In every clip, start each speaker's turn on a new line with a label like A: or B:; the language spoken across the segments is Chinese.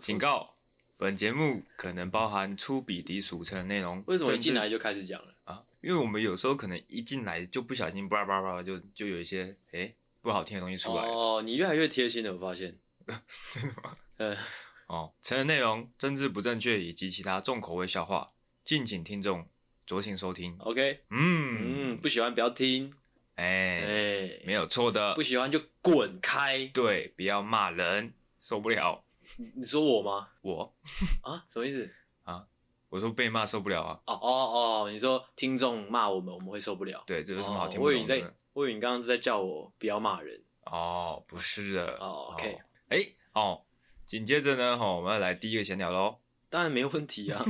A: 警告：本节目可能包含粗鄙低俗的内容。
B: 为什么一
A: 甚至
B: 进来就开始讲了？
A: 啊？因为我们有时候可能一进来就不小心叭叭叭就就有一些诶、不好听的东西出来了
B: 哦，你越来越贴心了，我发现。真的吗？
A: 哦。成人内容、政治不正确以及其他重口味笑话，敬请听众酌情收听
B: 嗯。，OK，
A: 嗯，
B: 嗯，不喜欢不要听，
A: 哎、
B: 哎，
A: 没有错的
B: 不。喜欢就滚开。
A: 对，不要骂人，受不了。
B: 你说我吗？
A: 我
B: 啊，什么意思？
A: 我说被骂受不了啊。
B: 哦哦哦，你说听众骂我们，我们会受不了。
A: 对，这有什么好听
B: 哦
A: 不
B: 我以
A: 懂
B: 为你
A: 的
B: 在
A: 呢？，
B: 我以为你刚刚是在叫我不要骂人。
A: 哦，不是的。
B: 哦，OK
A: 哎、哦，紧接着呢，哦，我们要来第一个闲聊喽。
B: 当然没问题啊。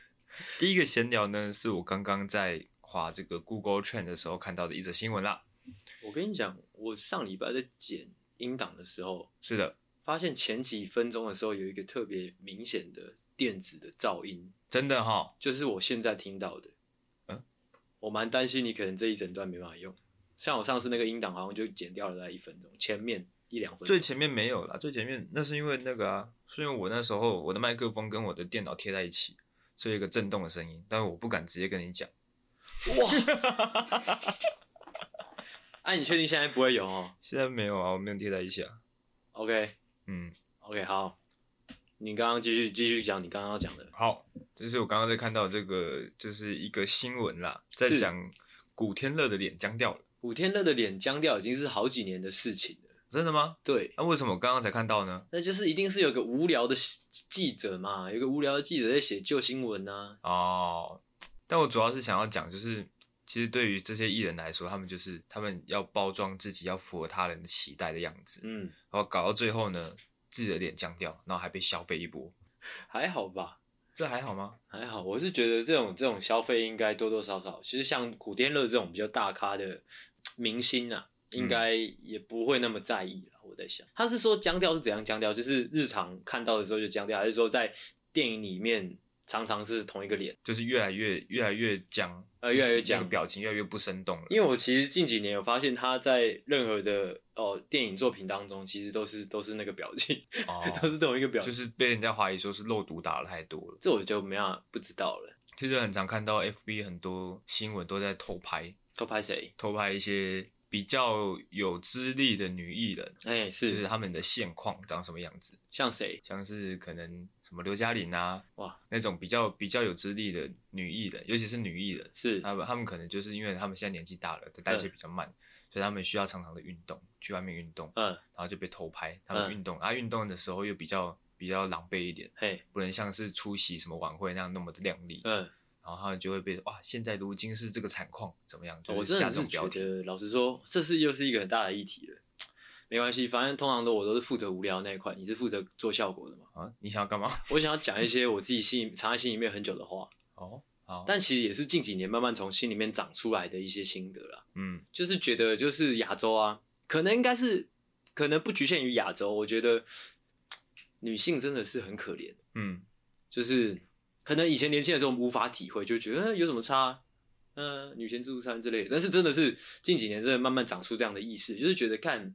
A: 第一个闲聊呢，是我刚刚在划这个 Google Trend 的时候看到的一则新闻啦。
B: 我跟你讲，我上礼拜在剪音档的时候，
A: 是的，
B: 发现前几分钟的时候有一个特别明显的电子的噪音，
A: 真的哈、
B: 就是我现在听到的。
A: 嗯，
B: 我蛮担心你可能这一整段没办法用。像我上次那个音档好像就剪掉了大概一分钟，前面一两分钟
A: 最。前面没有啦，最前面那是因为那个啊，是因为我那时候我的麦克风跟我的电脑贴在一起，所以有一个震动的声音，但是我不敢直接跟你讲。
B: 哎、你确定现在不会有哦
A: 现在没有啊，我没有贴在一起啊。
B: ？OK
A: 嗯，
B: OK，好，你刚刚继续继续讲你刚刚要讲的。
A: 好，就是我刚刚在看到这个，就是一个新闻啦，在
B: 是
A: 讲古天乐的脸僵掉了，
B: 古天乐的脸僵掉已经是好几年的事情了。
A: 真的吗？
B: 对，
A: 那、为什么我刚刚才看到呢？
B: 那就是一定是有个无聊的记者嘛，有个无聊的记者在写旧新闻啊呐、
A: 哦，但我主要是想要讲，就是其实对于这些艺人来说，他们就是他们要包装自己，要符合他人的期待的样子，
B: 嗯，
A: 然后搞到最后呢，自己的脸僵掉，然后还被消费一波，
B: 还好吧，
A: 这还好吗？
B: 还好。我是觉得这种这种消费应该多多少少，其实像古天乐这种比较大咖的明星啊，
A: 嗯
B: 应该也不会那么在意了。我在想，他是说僵掉是怎样僵掉，就是日常看到的时候就僵掉，还是说在电影里面常常是同一个脸？
A: 就是越来越越来越僵，
B: 呃越来越
A: 就是那个
B: 僵
A: 表情越来越不生动了。
B: 因为我其实近几年有发现他在任何的哦电影作品当中，其实都是都是那个表情， 都
A: 哦，
B: 是同一个表
A: 就。
B: 情
A: 是被人家怀疑说是漏毒打的太多了。
B: 这我就没办法不知道了。
A: 其实很常看到 FB 很多新闻都在偷拍，
B: 偷拍谁？
A: 偷拍一些比较有资历的女艺人，
B: 哎、、
A: 就是是他们的现况长什么样子，
B: 像谁？
A: 像是可能什么刘嘉玲啊，
B: 哇，
A: 那种比较比较有资历的女艺人，尤其是女艺人，
B: 是
A: 他们他们可能就是因为他们现在年纪大了，代
B: 嗯
A: 谢比较慢，所以他们需要常常的运动，去外面运动，
B: 嗯，
A: 然后就被偷拍，他们
B: 嗯
A: 运动，啊，运动的时候又比较比较狼狈一点，
B: 嘿，
A: 不能像是出席什么晚会那样那么的靓丽，
B: 嗯，
A: 然后他们就会被哇，现在如今是这个惨况怎么样，就
B: 哦我
A: 是
B: 真
A: 下
B: 的
A: 这
B: 是
A: 种标
B: 觉
A: 题，
B: 得，老实说，这是又是一个很大的议题了。没关系，反正通常都我都是负责无聊那一块，你是负责做效果的嘛。
A: 啊，你想要干嘛？
B: 我想要讲一些我自己心里藏在心里面很久的话，
A: 哦，好，
B: 但其实也是近几年慢慢从心里面长出来的一些心得啦。
A: 嗯，
B: 就是觉得就是亚洲啊，可能应该是可能不局限于亚洲，我觉得女性真的是很可怜。
A: 嗯，
B: 就是可能以前年轻的时候无法体会，就觉得、呃有什么差，嗯、女权自助餐之类的。但是真的是近几年真的慢慢长出这样的意识，就是觉得看，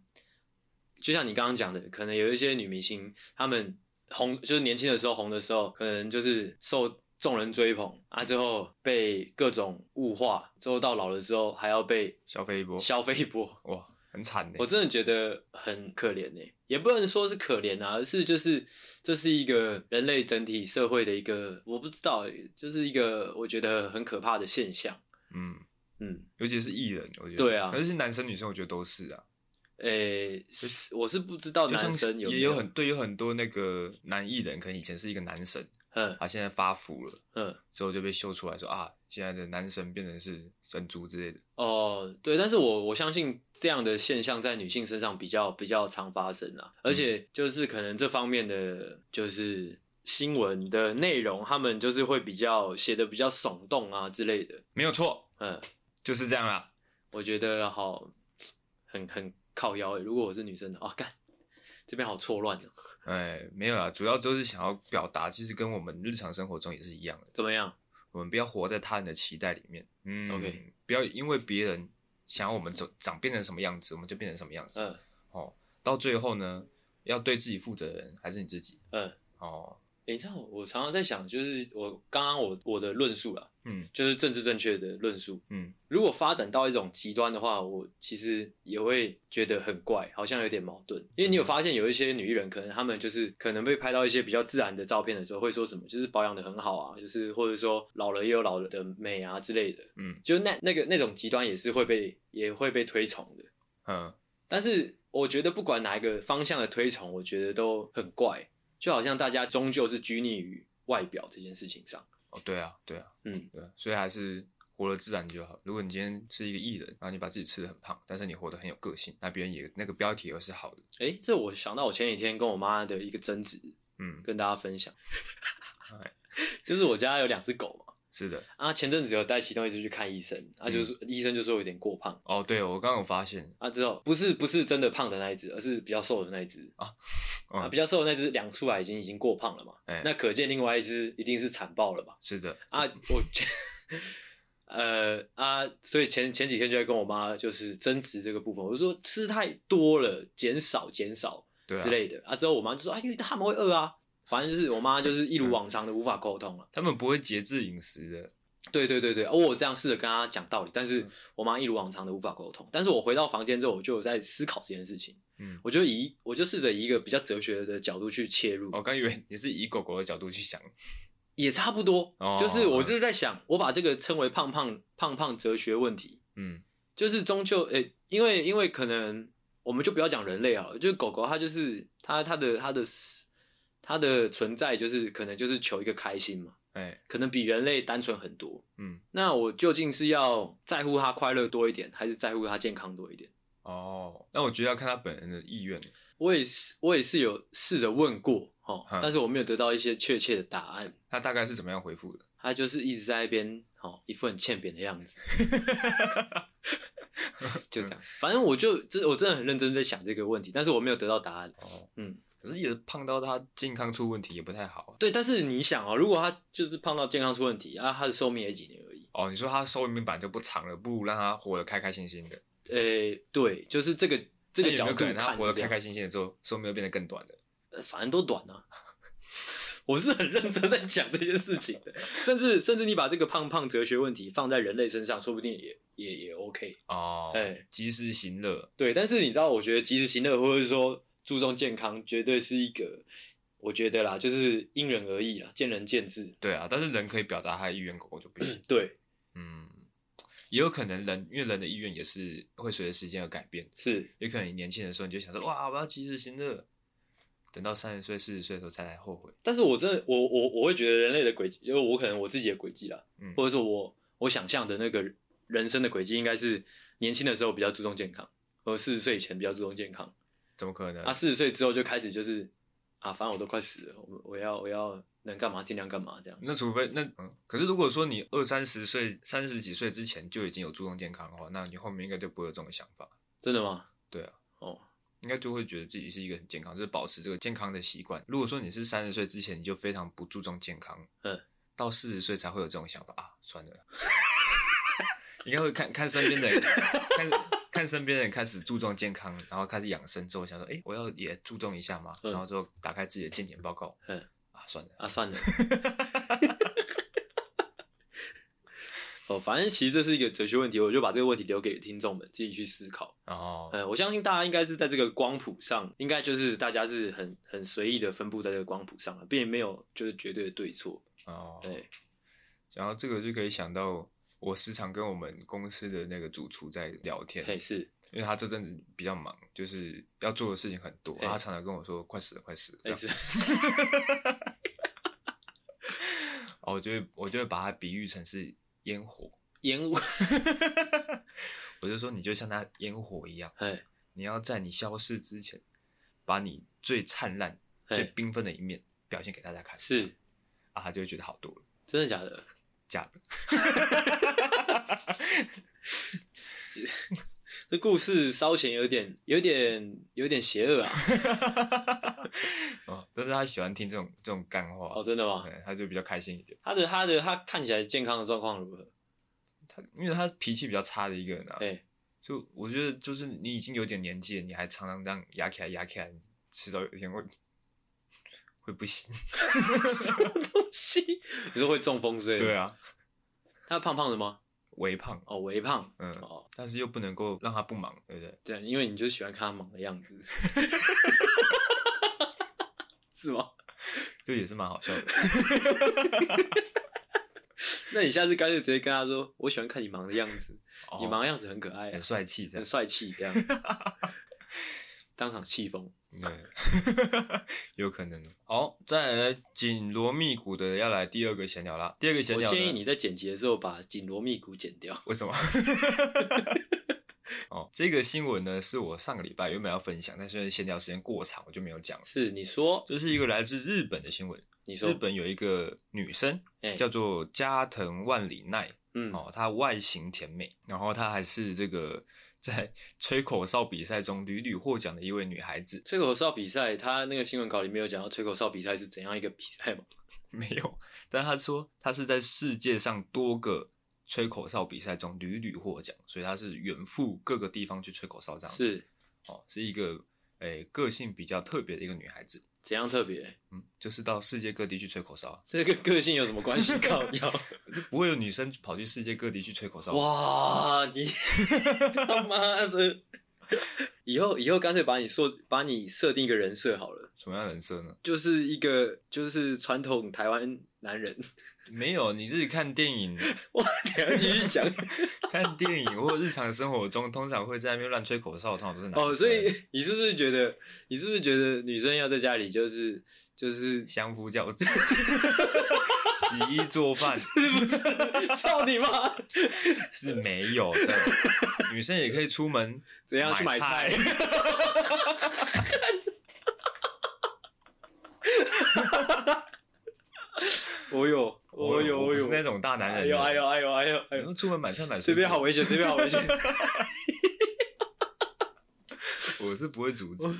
B: 就像你刚刚讲的，可能有一些女明星，她们红就是年轻的时候红的时候，可能就是受众人追捧啊，之后被各种物化，之后到老了之后还要被
A: 消费一波，
B: 消费一波。
A: 哇，很惨的
B: 我，真的觉得很可怜呢、欸也不能说是可怜啊，而是就是这是一个人类整体社会的一个，我不知道、欸，就是一个我觉得很可怕的现象。
A: 嗯，
B: 嗯，
A: 尤其是艺人，我觉得
B: 对啊
A: 尤其是男生女生，我觉得都是啊，
B: 诶、是我是不知道
A: 就像
B: 哦男生有没
A: 也有很对，有很多那个男艺人，可能以前是一个男神，
B: 嗯
A: 他现在发福了
B: 嗯
A: 之后就被秀出来说啊，现在的男神变成是神猪之类的，
B: 哦，对，但是我我相信这样的现象在女性身上比较比较常发生啊，
A: 嗯
B: 而且就是可能这方面的就是新闻的内容，他们就是会比较写的比较耸动啊之类的，
A: 没有错，
B: 嗯。
A: 就是这样啦。
B: 我觉得好很很靠腰诶、如果我是女生的，哦，干，这边好错乱哦。
A: 哎，没有啦，主要就是想要表达，其实跟我们日常生活中也是一样的，
B: 怎么样？
A: 我们不要活在他人的期待里面，嗯
B: OK
A: 不要因为别人想要我们长长变成什么样子，我们就变成什么样子，
B: 嗯
A: 哦，到最后呢，要对自己负责的人还是你自己。
B: 嗯，
A: 哦，
B: 诶你知道我常常在想，就是我刚刚我我的论述啦，
A: 嗯
B: 就是政治正确的论述，
A: 嗯，
B: 如果发展到一种极端的话，我其实也会觉得很怪，好像有点矛盾。因为你有发现有一些女艺人，可能她们就是可能被拍到一些比较自然的照片的时候，会说什么，就是保养的很好啊，就是或者说老了也有老了的美啊之类的。
A: 嗯，
B: 就那那个那种极端也是会被也会被推崇的。
A: 嗯，
B: 但是我觉得不管哪一个方向的推崇，我觉得都很怪，就好像大家终究是拘泥于外表这件事情上。
A: 哦，对啊，对啊，
B: 嗯，
A: 对啊，所以还是活得自然就好。如果你今天是一个艺人，然后你把自己吃的很胖，但是你活得很有个性，那别人也那个标题又是好的，
B: 诶，这我想到我前几天跟我妈的一个争执，
A: 嗯，
B: 跟大家分 享。
A: 哎
B: 就是我家有两只狗嘛，
A: 是的。
B: 啊，前阵子有带其中一只去看医生，
A: 嗯
B: 啊，就是、医生就说我有点过胖，
A: 哦，对，我刚刚有发现，
B: 啊，之后不是不是真的胖的那一只，而是比较瘦的那一只
A: 啊，嗯
B: 啊，比较瘦的那只两出来已经已经过胖了嘛，
A: 哎
B: 那可见另外一只一定是惨爆了吧？
A: 是的，
B: 啊，我呃啊，所以前前几天就在跟我妈就是争执这个部分，我就说吃太多了，减少减少
A: 对啊
B: 之，类的啊，之后我妈就说，哎，因为他们会饿啊，反正就是我妈就是一如往常的无法沟通了。啊
A: 他们不会节制饮食的，
B: 对对对对，哦我有这样试着跟他讲道理，但是我妈一如往常的无法沟通。但是我回到房间之后，我就有在思考这件事情，
A: 嗯，
B: 我就以我就试着以一个比较哲学的角度去切入，
A: 哦我刚以为你是以狗狗的角度去想，
B: 也差不多，
A: 哦
B: 就是我就是在想，我把这个称为胖胖胖胖哲学问题，
A: 嗯
B: 就是终究诶、因为因为可能我们就不要讲人类啊，就是狗狗它就是它它的它的它的存在就是可能就是求一个开心嘛，
A: 哎，
B: 可能比人类单纯很多，
A: 嗯，
B: 那我究竟是要在乎他快乐多一点，还是在乎他健康多一点？
A: 哦，那我觉得要看他本人的意愿，
B: 我也是，我也是有试着问过哦
A: 嗯，
B: 但是我没有得到一些确切的答案。
A: 他大概是怎么样回复的？
B: 他就是一直在那边哦，一副很欠扁的样子， 就这样。反正我就这，我真的很认真在想这个问题，但是我没有得到答案。
A: 哦，
B: 嗯，
A: 可是也胖到他健康出问题也不太好啊。
B: 对，但是你想哦，如果他就是胖到健康出问题啊，他的寿命也几年而已。
A: 哦，你说他寿命本来就不长了，不如让他活得开开心心的。
B: 诶、呃对，就是这个这
A: 这
B: 个
A: 有
B: 角
A: 没有
B: 度
A: 可
B: 看
A: 能他活得
B: 是这
A: 开
B: 样
A: 开心心的之后，寿命又变得更短的？
B: 呃反正都短啊。 我是很认真在讲这件事情的，甚至甚至你把这个胖胖哲学问题放在人类身上，说不定也也也 OK。
A: 哦，
B: 哎
A: 及时行乐，
B: 对，但是你知道，我觉得及时行乐或者说注重健康，绝对是一个，我觉得啦，就是因人而异啦，见仁见智。。
A: 对啊，但是人可以表达他的意愿，狗狗就不行
B: 对，
A: 嗯，也有可能人，因为人的意愿也是会随着时间而改变的。
B: 是
A: 也可能你年轻的时候你就想说，哇，我要及时行乐，等到三十岁、四十岁的时候才来后悔。
B: 但是我真的，我我我会觉得人类的轨迹，就是我可能我自己的轨迹啦，
A: 嗯
B: 或者说我我想象的那个人生的轨迹，应该是年轻的时候比较注重健康，和四十岁以前比较注重健康。
A: 怎么可能？
B: 啊，四十岁之后就开始就是啊，反正我都快死了，我我要我要能干嘛尽量干嘛这样。
A: 那除非那嗯，可是如果说你二三十岁、三十几岁之前就已经有注重健康的话，那你后面应该就不会有这种想法，
B: 真的吗？
A: 对啊。
B: 哦，
A: 应该就会觉得自己是一个很健康，就是保持这个健康的习惯。如果说你是三十岁之前你就非常不注重健康，
B: 嗯，
A: 到四十岁才会有这种想法啊，算了啦， 应该会看看身边的人，看看身边的人开始注重健康，然后开始养生之后，想说，哎、我要也注重一下嘛，
B: 嗯
A: 然后就打开自己的健检报告，
B: 嗯
A: 啊，算了，
B: 啊，算了。 哦，反正其实这是一个哲学问题，我就把这个问题留给听众们自己去思考。
A: 然后
B: 呃，我相信大家应该是在这个光谱上，应该就是大家是很很随意的分布在这个光谱上了，并没有就是绝对的对错。哎
A: 哦，
B: 对，
A: 然后这个就可以想到。我时常跟我们公司的那个主厨在聊天，
B: 嘿哎是，
A: 因为他这阵子比较忙，就是要做的事情很多，
B: 嘿
A: 然后他常常跟我说：“快死了，快死了。”这样，
B: 嘿哎是，
A: 然哦后我就会我就会把它比喻成是烟火，
B: 烟 雾，
A: 我就说你就像那烟火一样，
B: 嘿，
A: 你要在你消失之前，把你最灿烂、最
B: 嘿，
A: 缤纷的一面表现给大家看，
B: 哎是
A: 啊，他就会觉得好多了，
B: 真的假的？
A: 假 的，
B: 这故事稍显有点、有点、有点邪恶啊！
A: 哦，但是他喜欢听这种这种干话，
B: 哦，真的吗？
A: 对，他就比较开心一点。
B: 他的、他的、他看起来健康的状况如何？
A: 他因为他脾气比较差的一个人啊，
B: 哎、
A: 就我觉得就是你已经有点年纪了，你还常常这样压起来压起来，迟早有一天会会不行。
B: 什么东西？你说会中风之类的？
A: 对，啊，
B: 他胖胖的吗？
A: 微胖，
B: 哦，微胖。
A: 嗯
B: 哦，
A: 但是又不能够让他不忙，对不对？
B: 对，因为你就喜欢看他忙的 样子，是吗？
A: 这也是蛮好笑 的。
B: 那你下次干脆直接跟他说，我喜欢看你忙的样子，
A: 哦
B: 你忙的样子很可爱、啊
A: 很，帅气，这
B: 很
A: 样
B: 帅气， 这样，当场气疯。
A: 对， 有可能哦。好，再来紧锣密鼓的要来第二个闲聊啦。第二个闲
B: 我
A: 聊呢，
B: 建议你在剪辑的时候把紧锣密鼓剪掉。
A: 为什么？ 哦，这个新闻呢是我上个礼拜原本要分享，但是因为闲聊时间过长，我就没有讲了。
B: 是你说，
A: 这是一个来自日本的新闻，
B: 你说
A: 日，本有一个女生
B: 哎
A: 叫做加藤万里奈，
B: 嗯，
A: 哦，她外形甜美，然后她还是这个在吹口哨比赛中屡屡获奖的一位女孩子。
B: 吹口哨比赛，他那个新闻稿里面有讲到吹口哨比赛是怎样一个比赛吗？
A: 没有，但他说他是在世界上多个吹口哨比赛中屡屡获奖，所以他是远赴各个地方去吹口哨这样。
B: 是
A: 哦，是一个诶、个性比较特别的一个女孩子，
B: 怎样特别？
A: 嗯，就是到世界各地去吹口哨啊，
B: 这跟个性有什么关系？靠腰！
A: 就不会有女生跑去世界各地去吹口哨。
B: 哇， 你他妈的！以后以后干脆把你设把你设定一个人设好了，
A: 什么样的人设呢？
B: 就是一个就是传统台湾男人。
A: 没有，你自己看电影，
B: 哇，等一下继续讲
A: 看电影或日常生活中，通常会在那边乱吹口哨，通常都是男生。
B: 哦，所以你是不是觉得你是不是觉得女生要在家里就是就是
A: 相夫教子，洗衣做饭，
B: 操你妈！
A: 是没有的。女生也可以出门，
B: 怎样去买
A: 买
B: 菜？ 我有，我有，
A: 不
B: 有
A: 是，那种大男
B: 哦哎
A: 人
B: 呦
A: 的。
B: 哎呦哎呦哎呦哎
A: 哎
B: 呦，
A: 呦，出门买菜买水果
B: 这边好，危险，这边好危险。
A: 我是不会阻止的。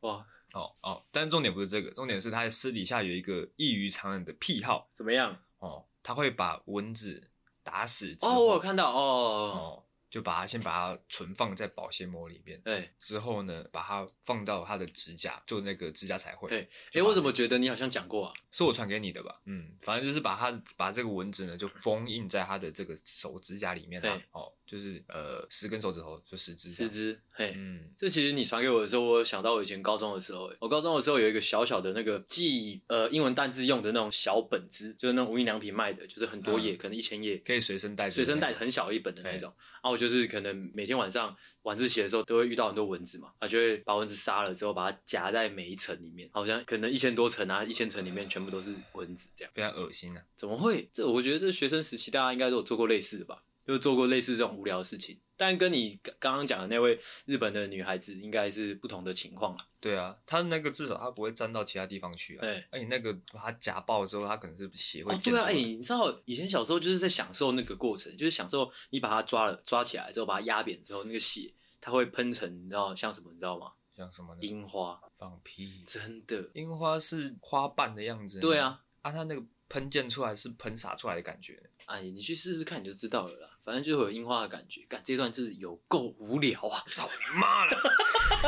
B: 哇，
A: 哦哦，但重点不是这个，重点是他私底下有一个异于常人的癖好
B: 怎么样？
A: 哦，他会把蚊子打死之
B: 哦，
A: 后
B: 我有看到哦，
A: 哦就把它先把它存放在保鲜膜里面，
B: 哎、
A: 之后呢，把它放到他的指甲，做那个指甲彩绘。
B: 哎、
A: 就
B: 哎，
A: 把
B: 我怎么觉得你好像讲过啊？
A: 是我传给你的吧？嗯，反正就是把它把这个蚊子呢，就封印在他的这个手指甲里面啊
B: 对。
A: 哦，就是呃，十根手指头就十只这
B: 十
A: 样。
B: 只，嘿、
A: 啊嗯，
B: 这其实你传给我的时候，我有想到我以前高中的时候、欸，我高中的时候有一个小小的那个记呃英文单字用的那种小本子，就是那种无印良品卖的，就是很多页，可能一千页，
A: 嗯可以随身带着。
B: 随身带很小一本的那种。啊，我就是可能每天晚上晚自习的时候都会遇到很多蚊子嘛，啊，就会把蚊子杀了之后，把它夹在每一层里面，好像可能一千多层啊，一千层里面全部都是蚊子这样。
A: 非常恶心啊！
B: 怎么会？这我觉得这学生时期大家应该都有做过类似的吧，就是做过类似这种无聊的事情。但跟你刚刚刚讲的那位日本的女孩子应该是不同的情况了。
A: 对啊，它那个至少它不会沾到其他地方去啊。
B: 对，
A: 而且那个把它夹爆之后，它可能是血会
B: 哎哦，
A: 溅出
B: 对
A: 来。
B: 啊，哎、你知道以前小时候就是在享受那个过程，就是享受你把它抓了抓起来之后，把它压扁之后，那个血它会喷成，你知道像什么？你知道吗？
A: 像什么呢？
B: 樱花，
A: 放屁！
B: 嗯真的。
A: 樱花是花瓣的样子。
B: 对。啊，
A: 啊，它那个喷溅出来是喷洒出来的感觉。
B: 哎，你去试试看你就知道了啦。反正就会有樱花的感觉。干这段是有够无聊啊！
A: 操你妈了！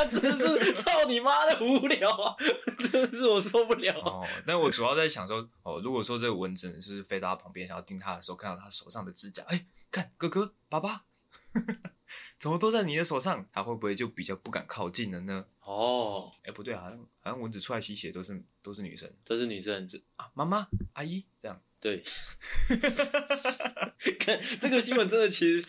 B: 真的 是操你妈的无聊啊！真的是我受不了啊、
A: 哦，但我主要在想说，哦，如果说这个蚊子就是飞到他旁边，想要叮他的时候，看到他手上的指甲，哎，看哥哥、爸爸， 怎么都在你的手上，他会不会就比较不敢靠近了呢？
B: 哦，
A: 哎，不对，好像好像蚊子出来吸血都是都是女生
B: 都是女生，
A: 啊，妈妈、阿姨这样，
B: 对。看这个新闻真的，其实，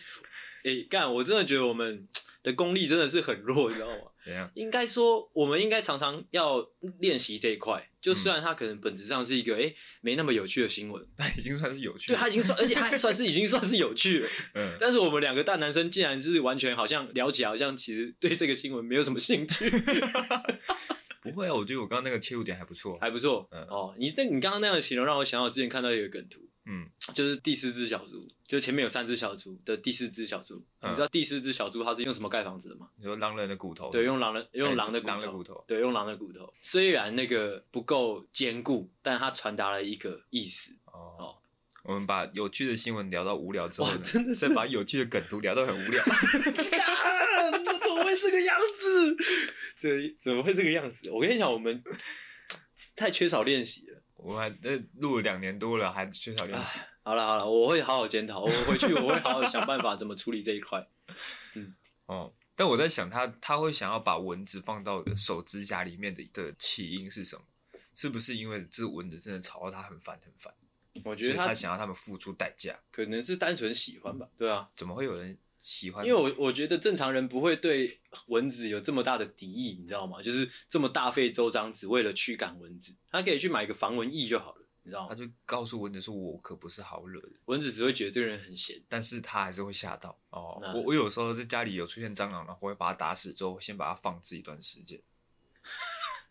B: 诶、干，我真的觉得我们的功力真的是很弱，你知道吗？
A: 怎样？
B: 应该说，我们应该常常要练习这一块。就虽然它可能本质上是一个诶、没那么有趣的新闻，
A: 那已经算是有趣
B: 对，啊
A: 了。
B: 它已经算，而且它还算是已经算是有趣 了。
A: 嗯，
B: 但是我们两个大男生竟然是完全好像聊起来，好像其实对这个新闻没有什么兴趣，
A: 不会啊，我觉得我刚刚那个切入点还不错。
B: 还不错。
A: 嗯
B: 哦，你那你刚刚那样的形容让我想到我之前看到一个梗图，
A: 嗯，
B: 就是第四只小猪，就前面有三只小猪的第四只小猪，
A: 嗯
B: 你知道第四只小猪它是用什么盖房子的吗？
A: 你说狼人的骨头，
B: 对，用狼的用
A: 哎
B: 狼的骨头，
A: 狼的骨头
B: 对，用狼的骨头。虽然那个不够坚固，但它传达了一个意 思。
A: 哦
B: 哦。
A: 我们把有趣的新闻聊到无聊之后呢
B: 哇真的，
A: 再把有趣的梗图聊到很无聊。
B: 啊 怎么会这个样子？这怎么会这个样子？我跟你讲，我们太缺少练习了。
A: 我还呃录了两年多了，还缺少练习。
B: 好了好了，我会好好检讨，我回去我会好好想办法怎么处理这一块。
A: 哦，但我在想他，他会想要把蚊子放到手指甲里面的的起因是什么？是不是因为这蚊子真的吵到他很烦很烦？
B: 我觉
A: 所
B: 得
A: 以他
B: 他
A: 想要他们付出代价？
B: 可能是单纯喜欢吧，对啊，
A: 怎么会有人喜欢？
B: 因为我我觉得正常人不会对蚊子有这么大的敌意，你知道吗？就是这么大费周章，只为了驱赶蚊子，他可以去买个防蚊液就好了，你知道
A: 他
B: 吗？
A: 就告诉蚊子说：“我可不是好惹的。
B: 蚊子只会觉得这个人很闲”，
A: 但是他还是会吓到哦。
B: 那
A: 我我有时候在家里有出现蟑螂，然后我会把它打死之后，先把它放置一段时 间，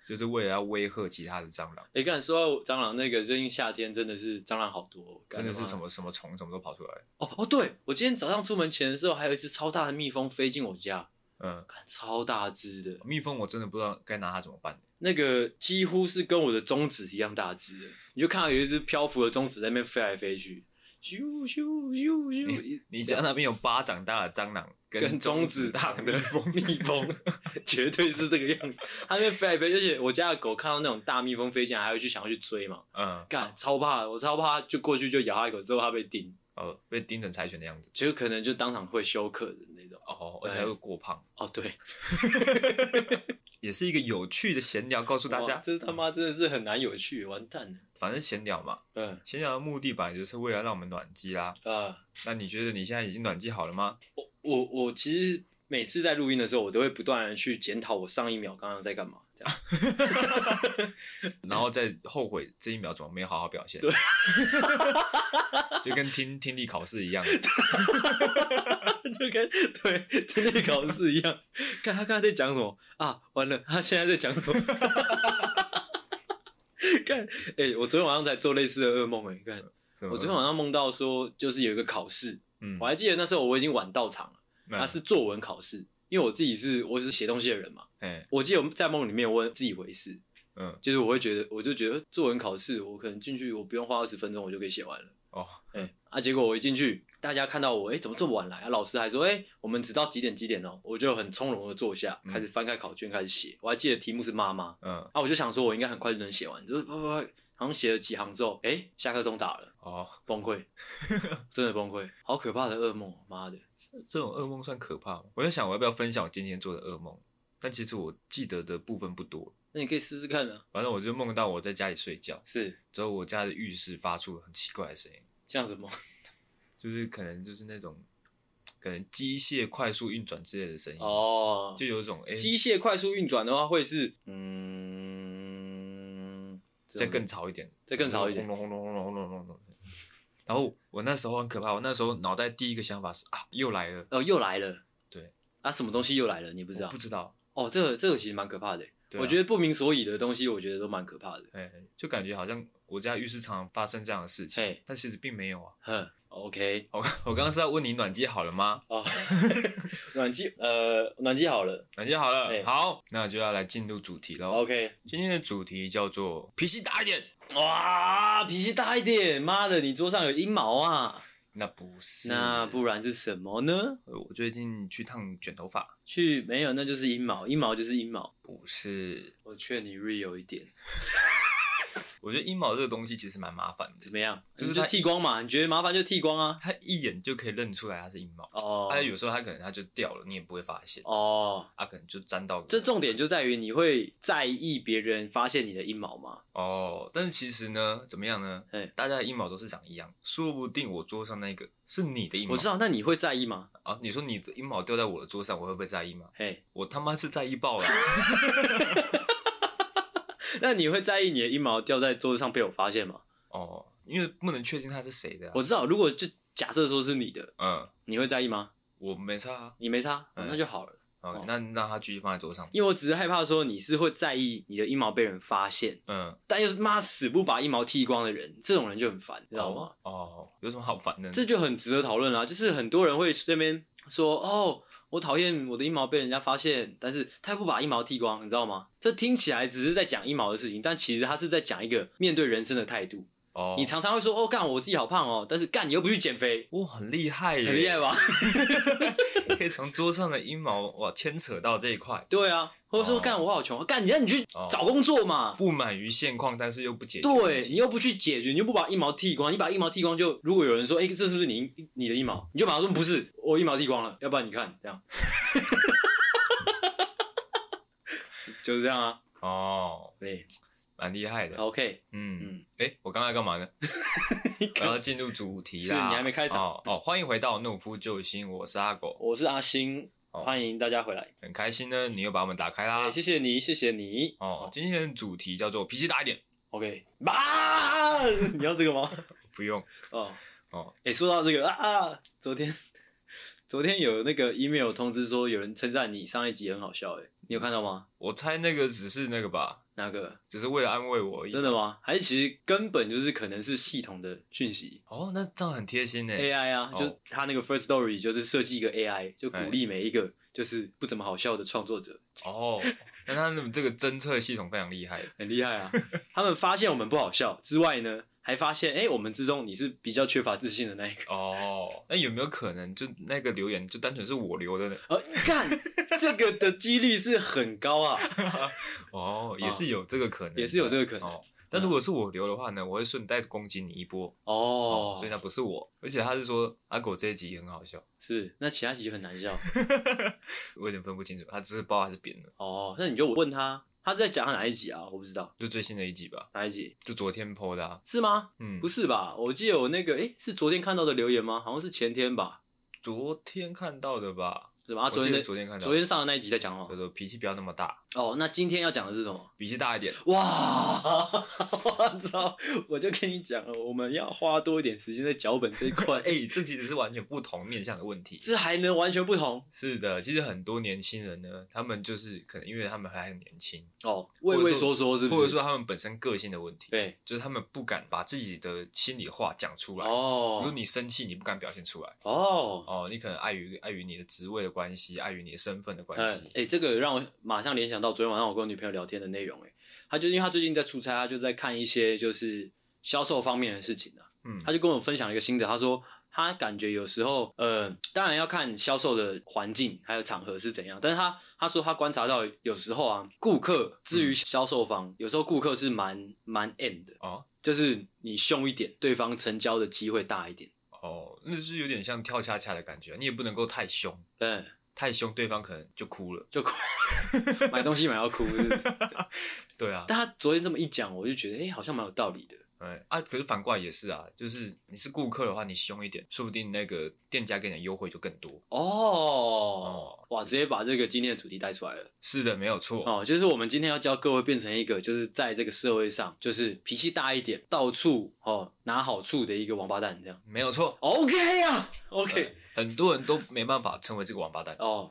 A: 就是为了要威吓其他的蟑螂。
B: 哎、刚才说到蟑螂那个，最近夏天真的是蟑螂好多哦、
A: 真的是什
B: 么？
A: 么什么虫什么都跑出来了。
B: 哦哦，对我今天早上出门前的时候，还有一只超大的蜜蜂飞进我家，
A: 嗯，
B: 看超大只的，
A: 蜜蜂我真的不知道该拿它怎么办。
B: 那个几乎是跟我的中指一样大只的，你就看到有一只漂浮的中指在那边飞来飞去，咻咻咻咻，
A: 你家那边有巴掌大的蟑螂
B: 跟中
A: 中
B: 指
A: 大
B: 大的蜂 蜜蜂， 绝对是这个样子，它那边飞来飞去，而且我家的狗看到那种大蜜蜂飞进来，还会去想要去追嘛，
A: 嗯，
B: 干超怕的，我超怕，就过去就咬它一口，之后它被叮，
A: 哦，被叮成柴犬的样子。
B: 就可能就当场会休克的那种。
A: 哦，而且还会过胖，
B: 哦， 对，
A: 也是一个有趣的闲聊，告诉大
B: 哇
A: 家，
B: 这他妈真的是很难有趣，完蛋了。
A: 反正闲聊嘛，
B: 嗯
A: 闲聊的目的本来就是为了让我们暖机啦。
B: 啊。
A: 那你觉得你现在已经暖机好了吗？
B: 我我我其实每次在录音的时候，我都会不断的去检讨我上一秒刚刚在干嘛，这样。
A: 然后再后悔这一秒怎么没有好好表现，对， 就跟听听力考试一样，
B: 就跟对听力考试一样。 看他刚才在讲什么啊？完了，他现在在讲什么？ 看，哎、我昨天晚上才做类似的噩梦哎、看，
A: 是吗
B: 我昨天晚上梦到说，就是有一个考试，
A: 嗯
B: 我还记得那时候我已经晚到场了，
A: 那
B: 那是作文考试，因为我自己是我是写东西的人嘛，
A: 哎
B: 我记得我在梦里面我很自以为是，
A: 嗯
B: 就是我会觉得，我就觉得作文考试，我可能进去我不用花二十分钟，我就可以写完了。
A: 哦
B: 哎、啊，结果我一进去，大家看到我，哎、怎么这么晚来啊？老师还说，哎、我们只到几点几点哦、我就很从容的坐下，
A: 嗯
B: 开始翻开考卷，开始写。我还记得题目是妈妈
A: 嗯
B: 啊，我就想说，我应该很快就能写完，就是不不不，好像写了几行之后，哎、下课钟打了，
A: 哦，
B: 崩溃，真的崩溃，好可怕的噩梦，哦妈的！
A: 这种噩梦算可怕吗？我在想我要不要分享我今天做的噩梦，但其实我记得的部分不多。
B: 那你可以试试看啊，
A: 反正我就梦到我在家里睡觉，
B: 是
A: 之后我家的浴室发出很奇怪的声音，
B: 像什么？
A: 就是可能就是那种可能机械快速运转之类的声音，
B: 哦，
A: 就有一种哎、
B: 机械快速运转的话，会是嗯，
A: 再更吵一点，
B: 再更吵一点
A: 轰隆轰隆轰隆轰隆轰隆轰隆。然后我那时候很可怕，我那时候脑袋第一个想法是啊，又来了，
B: 哦，又来了，
A: 对
B: 啊，什么东西又来了？你不
A: 不
B: 知道
A: 不？知道，
B: 哦，这个这个其实蛮可怕的。欸
A: 对啊
B: 我觉得不明所以的东西，我觉得都蛮可怕的。
A: 哎、就感觉好像我家浴室常常发生这样的事情
B: 嘿，
A: 但其实并没有啊。
B: 哼，OK，
A: 我我刚刚是要问你暖机好了吗？
B: 哦， 暖机，呃，暖机好了
A: 暖机好了，
B: 哎
A: 好，那就要来进入主题喽。
B: ，OK。
A: 今天的主题叫做脾气大一点。
B: 哇，脾气大一点，妈的，你桌上有阴毛啊？
A: 那不是，
B: 那不然是什么呢？
A: 呃，我最近去烫卷头发，
B: 去没有，那就是阴毛，阴毛就是阴毛。
A: 不是。
B: 我劝你 real 一点，
A: 我觉得阴毛这个东西其实蛮麻烦的，
B: 怎么样？
A: 就是
B: 你就
A: 他
B: 剃光嘛，你觉得麻烦就剃光啊。
A: 它一眼就可以认出来它是阴毛。
B: 哦，
A: 它有时候它可能它就掉了，你也不会发现，
B: 哦，
A: 它可能就沾到。
B: 这重点就在于你会在意别人发现你的阴毛吗？
A: 哦，但是其实呢，怎么样呢
B: 哎？
A: 大家的阴毛都是长一样，说不定我桌上那个是你的阴毛
B: 我知道，那你会在意吗？
A: 啊。你说你的阴毛掉在我的桌上，我会不会在意吗？
B: 嘿，
A: 我他妈是在意爆了。
B: 那你会在意你的阴毛掉在桌子上被我发现吗？
A: 哦，因为不能确定他是谁的、啊。
B: 我知道，如果就假设说是你的，
A: 嗯，
B: 你会在意吗？
A: 我没差啊。
B: 你没差，
A: 嗯
B: 那就好了。
A: 好
B: 哦
A: 那让他继续放在桌上。
B: 因为我只是害怕说你是会在意你的阴毛被人发现，
A: 嗯，
B: 但又是妈死不把阴毛剃光的人，这种人就很烦，你知道吗？
A: 哦？哦，有什么好烦的？
B: 这就很值得讨论啦。就是很多人会这边说，哦，我讨厌我的阴毛被人家发现，但是他又不把阴毛剃光，你知道吗？这听起来只是在讲阴毛的事情，但其实他是在讲一个面对人生的态度。
A: 哦，
B: 你常常会说哦，干我自己好胖哦，但是干你又不去减肥，
A: 哇哦很厉害耶，
B: 很厉害吧？
A: 可以从桌上的阴毛哇牵扯到这一块，
B: 对啊，或者说
A: 哦
B: 干我好穷，啊干你让你去
A: 哦
B: 找工作嘛。
A: 不满于现况，但是又不解决问
B: 对你
A: 题。
B: 又不去解决，你又不把一毛剃光，你把一毛剃光就，如果有人说，哎、这是不是你你的一毛？你就马上说不是，我一毛剃光了，要不然你看这样， 就是这样啊。
A: 哦，
B: 对
A: 蛮厉害的。
B: ，OK，
A: 嗯
B: 哦嗯，
A: 哎、我刚才干嘛 呢？我要进入主题啦。
B: 是你还没开场
A: 哦哦，欢迎回到《懦夫救星》，我是阿狗，
B: 我是阿星，
A: 哦
B: 欢迎大家回来。
A: 很开心呢，你又把我们打开啦。
B: 哎谢谢你，谢谢你。
A: 哦，今天的主题叫做脾气大一点，
B: OK，啊， 你要这个吗？
A: 不用
B: 哦
A: 哦，
B: 哎、说到这个啊，啊昨天昨天有那个 email 通知说有人称赞你上一集很好笑、哎，你有看到吗？
A: 我猜那个只是那个吧，
B: 哪个？
A: 只是为了安慰我而已。
B: 真的吗？还是其实根本就是可能是系统的讯息
A: 哦，那这样很贴心呢。
B: AI 啊，
A: 哦
B: 就他那个 First Story 就是设计一个 AI，就鼓
A: 哎
B: 励每一个就是不怎么好笑的创作者，
A: 哦，那他们这个侦测系统非常厉害。
B: 很厉害啊。 他们发现我们不好笑之外呢，还发现哎、我们之中你是比较缺乏自信的那一个。
A: 哦，那有没有可能就那个留言就单纯是我留的呢？
B: 呃，干这个的几率是很高啊，
A: 哦，也是有这个可能，
B: 也是有这个可能
A: 哦。但如果是我留的话呢，我会顺带攻击你一波
B: 哦。
A: 所以那不是我，而且他是说阿狗这一集很好笑，
B: 是，那其他集就很难笑
A: 我有点分不清楚，他只是包还是扁的，
B: 哦。那你就问他，他是在讲哪一集啊？我不知道
A: 就最新的一集吧，
B: 哪一集
A: 就昨天 PO 的、啊，
B: 是吗？
A: 嗯，
B: 不是吧？我记得有那个，诶，是昨天看到的留言吗？好像是前天吧，
A: 昨天看到的吧？
B: 是吧？啊、昨
A: 我记
B: 天
A: 得
B: 的
A: 昨天看到，
B: 昨天上的那一集在讲
A: 叫
B: 哦。
A: 做脾气不要那么大，
B: 哦，那今天要讲的是什么？
A: 脾气大一点。
B: 哇！ 我操！我就跟你讲了，我们要花多一点时间在脚本这一块。
A: 哎、这其实是完全不同面向的问题。
B: 这还能完全不同
A: 是的，其实很多年轻人呢，他们就是可能因为他们还很年轻，
B: 哦，畏畏缩缩是不是？
A: 或者说他们本身个性的问题，
B: 对
A: 就是他们不敢把自己的心里话讲出来。比如
B: 哦
A: 你生气，你不敢表现出来
B: 哦，
A: 哦，你可能碍于碍于你的职位的关系，碍于你的身份的
B: 哎
A: 关系。
B: 哎，这个让我马上联想到昨天晚上我跟我女朋友聊天的内容。哎，她就因为她最近在出差，她就在看一些就是销售方面的事情啊。
A: 嗯
B: 他就跟我分享了一个心得，他说他感觉有时候，呃，当然要看销售的环境还有场合是怎样，但是他他说他观察到有时候啊，顾客至
A: 嗯
B: 于销售方，有时候顾客是蛮蛮 end 的，
A: 哦
B: 就是你凶一点，对方成交的机会大一点。
A: 哦，那是有点像跳恰恰的感觉，你也不能够太凶，
B: 嗯，
A: 太凶对方可能就哭了。
B: 就哭，买东西买到哭 是不是。
A: 对啊，
B: 但他昨天这么一讲，我就觉得，哎、好像蛮有道理的。
A: 哎啊，可是反过来也是啊，就是你是顾客的话，你凶一点，说不定那个店家给你的优惠就更多。
B: 哦，哇，直接把这个今天的主题带出来了。
A: 是的，没有错。
B: 哦，就是我们今天要教各位变成一个，就是在这个社会上，就是脾气大一点，到处哦拿好处的一个王八蛋，这样。
A: 没有错。
B: OK 啊，OK
A: 对，很多人都没办法成为这个王八蛋。
B: 哦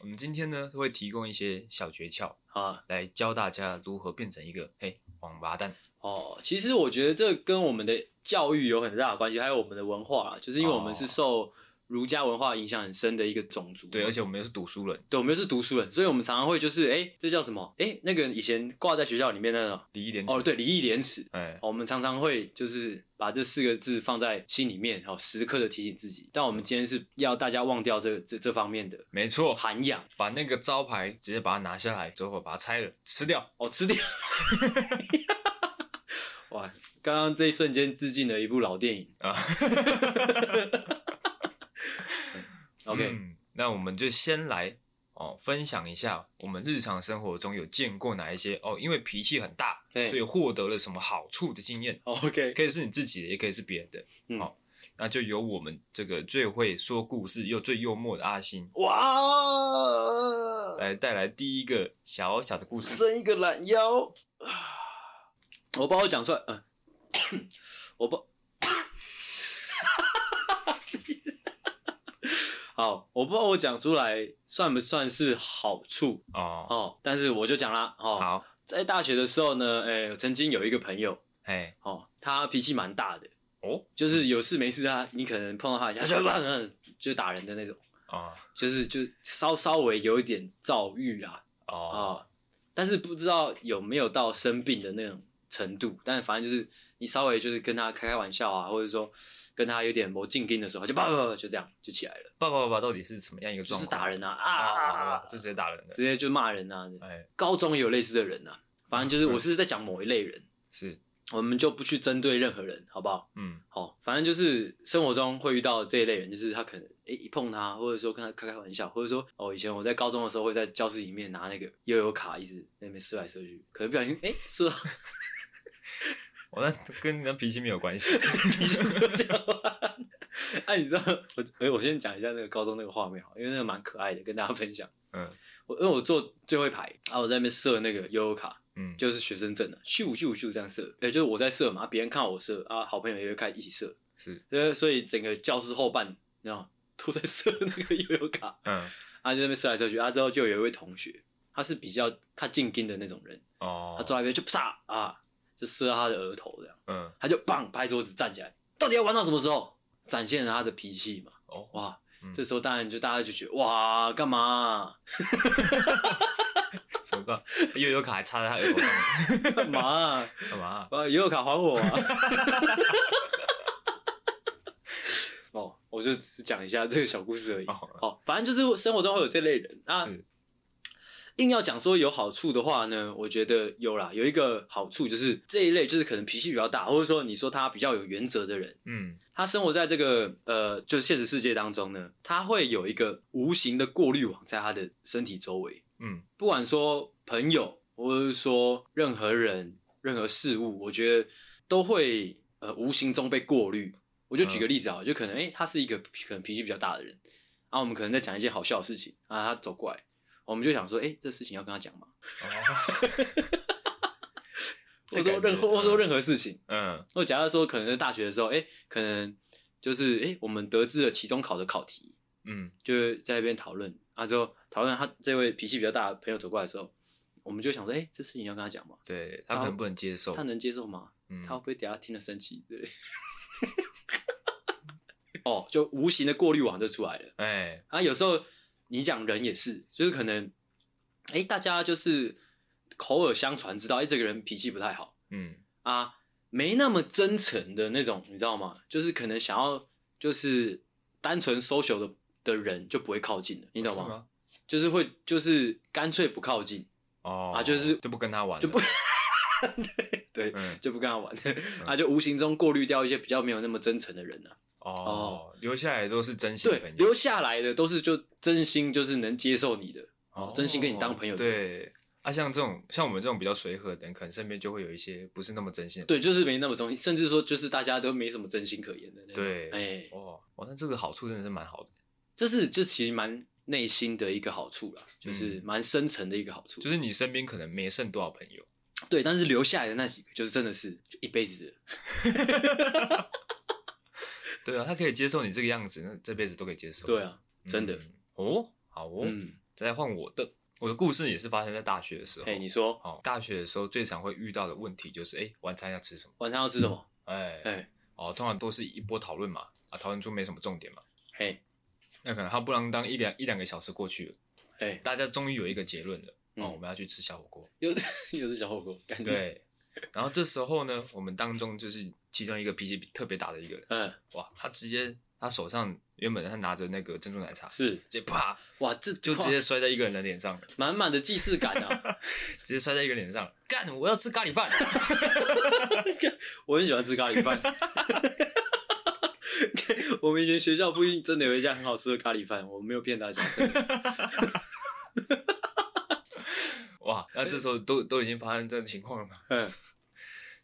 A: 我们今天呢，会提供一些小诀窍
B: 啊
A: 来教大家如何变成一个嘿王八蛋。
B: 哦，其实我觉得这跟我们的教育有很大的关系，还有我们的文化啊，就是因为我们是受儒家文化影响很深的一个种族。
A: 哦对，而且我们又是读书人，
B: 对，我们又是读书人，所以我们常常会就是，哎、这叫什么？哎、那个以前挂在学校里面那种，
A: 礼义廉耻。
B: 哦，，对，礼义廉耻。
A: 哎，
B: 我们常常会就是把这四个字放在心里面，然后时刻的提醒自己。但我们今天是要大家忘掉这这这方面的
A: 没错，
B: 涵养
A: 把那个招牌直接把它拿下来，之后把它拆了，吃掉。
B: 哦，吃掉。 哇，刚刚这一瞬间致敬了一部老电影
A: 啊
B: 啊。OK，、
A: 嗯那我们就先来哦，分享一下我们日常生活中有见过哪一些哦，因为脾气很大，
B: 对
A: 所以获得了什么好处的经验。
B: o k
A: 可以是你自己的，也可以是别人的。好、
B: 嗯
A: 那就由我们这个最会说故事又最幽默的阿星
B: 哦哇，
A: 来带来第一个小小的故事。
B: 伸一个懒腰，我帮我讲出来，嗯、我不， 好，我不知道我讲出来算不算是好处
A: 哦，
B: 哦，但是我就讲啦哦。
A: 好，
B: 在大学的时候呢，诶、我曾经有一个朋友
A: 哎，
B: 哦，他脾气蛮大的，
A: 哦，
B: 就是有事没事啊，你可能碰到他
A: 嗯
B: 一下，就嗯就打人的那种，
A: 哦，
B: 就是就稍稍微有一点躁郁啦，
A: 哦，
B: 啊、但是不知道有没有到生病的那种程度，但反正就是你稍微就是跟他开开玩笑啊，或者说跟他有点某进跟的时候，就叭叭叭就这样就起来了，
A: 爸爸爸爸到底是什么样一个
B: 就
A: 状
B: 是
A: 况？
B: 打人啊
A: 啊
B: 啊，
A: 就直接打人的。
B: 直接就骂人啊。
A: 哎，
B: 高中也有类似的人啊，反 正就是我是在讲某一类人，
A: 是，
B: 我们就不去针对任何人，好不好？
A: 嗯，
B: 好、反正就是生活中会遇到这一类人，就是他可能诶一碰他，或者说跟他开开玩笑，或者说哦，以前我在高中的时候会在教室里面拿那个悠悠卡，一直在那边射来射去，可能不小心诶射到
A: 我那跟人家脾气没有关系。
B: 皮就掉了。哎、你知道我我我先讲一下那个高中那个画面好了，因为那个蛮可爱的，跟大家分享。
A: 嗯
B: 我因为我坐最后一排啊，我在那边射那个悠悠卡，
A: 嗯，
B: 就是学生证的，啊咻咻咻这样射，诶、就是我在射嘛，啊别人看我射啊，好朋友也会看一起射，
A: 是，
B: 呃，所以整个教室后半，你知道吗都在射那个悠悠卡，
A: 嗯，
B: 啊，就在那边射来射去，啊，之后就有一位同学，他是比较他进攻的那种人，
A: 哦，
B: 他抓一边就啪啊，就射到他的额头这样，
A: 嗯，
B: 他就棒拍桌子站起来，到底要玩到什么时候？展现了他的脾气嘛，
A: 哦，
B: 哇，
A: 嗯
B: 这时候当然就大家就觉得哇，干嘛啊、
A: 什么吧？悠悠卡还插在他耳朵上，
B: 干嘛啊、
A: 干嘛啊？
B: 把悠悠卡还我啊！ 哦，我就只讲一下这个小故事而已。
A: 哦
B: 好，反正就是生活中会有这类人啊。
A: 是，
B: 硬要讲说有好处的话呢，我觉得有啦，有一个好处就是这一类就是可能脾气比较大，或者说你说他比较有原则的人，
A: 嗯，
B: 他生活在这个呃就是现实世界当中呢，他会有一个无形的过滤网在他的身体周围，
A: 嗯，
B: 不管说朋友，或者是说任何人、任何事物，我觉得都会呃无形中被过滤。我就举个例子啊，就可能诶、他是一个可能脾气比较大的人，啊，我们可能在讲一件好笑的事情啊，他走过来，我们就想说，诶、这事情要跟他讲嘛，
A: 哦，
B: 或者说任何或者说任何事情，
A: 嗯，
B: 或者假设说可能在大学的时候，诶、可能就是诶、我们得知了期中考的考题，
A: 嗯，
B: 就是在那边讨论啊，之后讨论他这位脾气比较大的朋友走过来之后，我们就想说，诶、这事情要跟他讲嘛。
A: 对他可能不能接受
B: 他，能接受吗？
A: 嗯
B: 他会不会等下听了生气之类的？ 哦，就无形的过滤网就出来了。
A: 哎，
B: 啊，有时候你讲人也是，就是可能，哎、大家就是口耳相传知道，哎、这个人脾气不太好
A: 嗯，
B: 啊，没那么真诚的那种，你知道吗？就是可能想要就是单纯 social 的的人就不会靠近了，你懂
A: 哦是
B: 吗？？就是会就是干脆不靠近，
A: 哦，
B: 啊就是
A: 就不跟他玩了，
B: 就不对，
A: 嗯，
B: 就不跟他玩， 啊，就无形中过滤掉一些比较没有那么真诚的人啊。
A: 哦，留下来都是真心的
B: 对
A: 朋，友，
B: 留下来的都是就真心就是能接受你的，哦，真心跟你当朋友的。
A: 对。啊，像这种像我们这种比较随和的人，可能身边就会有一些不是那么真心的。
B: 对，就是没那么忠心，甚至说就是大家都没什么真心可言的那种。
A: 对
B: 哎、
A: 哦，哇，那这个好处真的是蛮好的，
B: 这是这其实蛮内心的一个好处啦，就是蛮深层的一个好
A: 嗯
B: 处。
A: 就是你身边可能没剩多少朋友，
B: 对，但是留下来的那几个，就是真的是就一辈子的。
A: 对啊，他可以接受你这个样子，那这辈子都可以接受。
B: 对啊，
A: 嗯，
B: 真的。
A: 哦，好哦，
B: 嗯，
A: 再来换我的，我的故事也是发生在大学的时候
B: 哎、。你说
A: 哦，大学的时候最常会遇到的问题就是，哎、晚餐要吃什么？
B: 晚上要吃什么？
A: 哎、
B: 哎、
A: 哦，通常都是一波讨论嘛，啊，讨论出没什么重点嘛，
B: 嘿、
A: 那可能他不啷当一两一两个小时过去了，
B: 哎、
A: 大家终于有一个结论了，哦，
B: 嗯
A: 我们要去吃小火锅。
B: 又 又是小火锅，感觉。
A: 对，然后这时候呢，我们当中就是其中一个脾气特别大的一个人，
B: 嗯，
A: 哇，他直接他手上原本他拿着那个珍珠奶茶，直
B: 是
A: 接啪
B: 哇，这
A: 就直接摔在一个人的脸上，
B: 哇满满的既视感啊！
A: 直接摔在一个人脸上，干，我要吃咖喱饭。
B: 我很喜欢吃咖喱饭。 我们以前学校附近真的有一家很好吃的咖喱饭，我没有骗大家。
A: 哇，那这时候都都已经发生这种情况了嘛，
B: 嗯，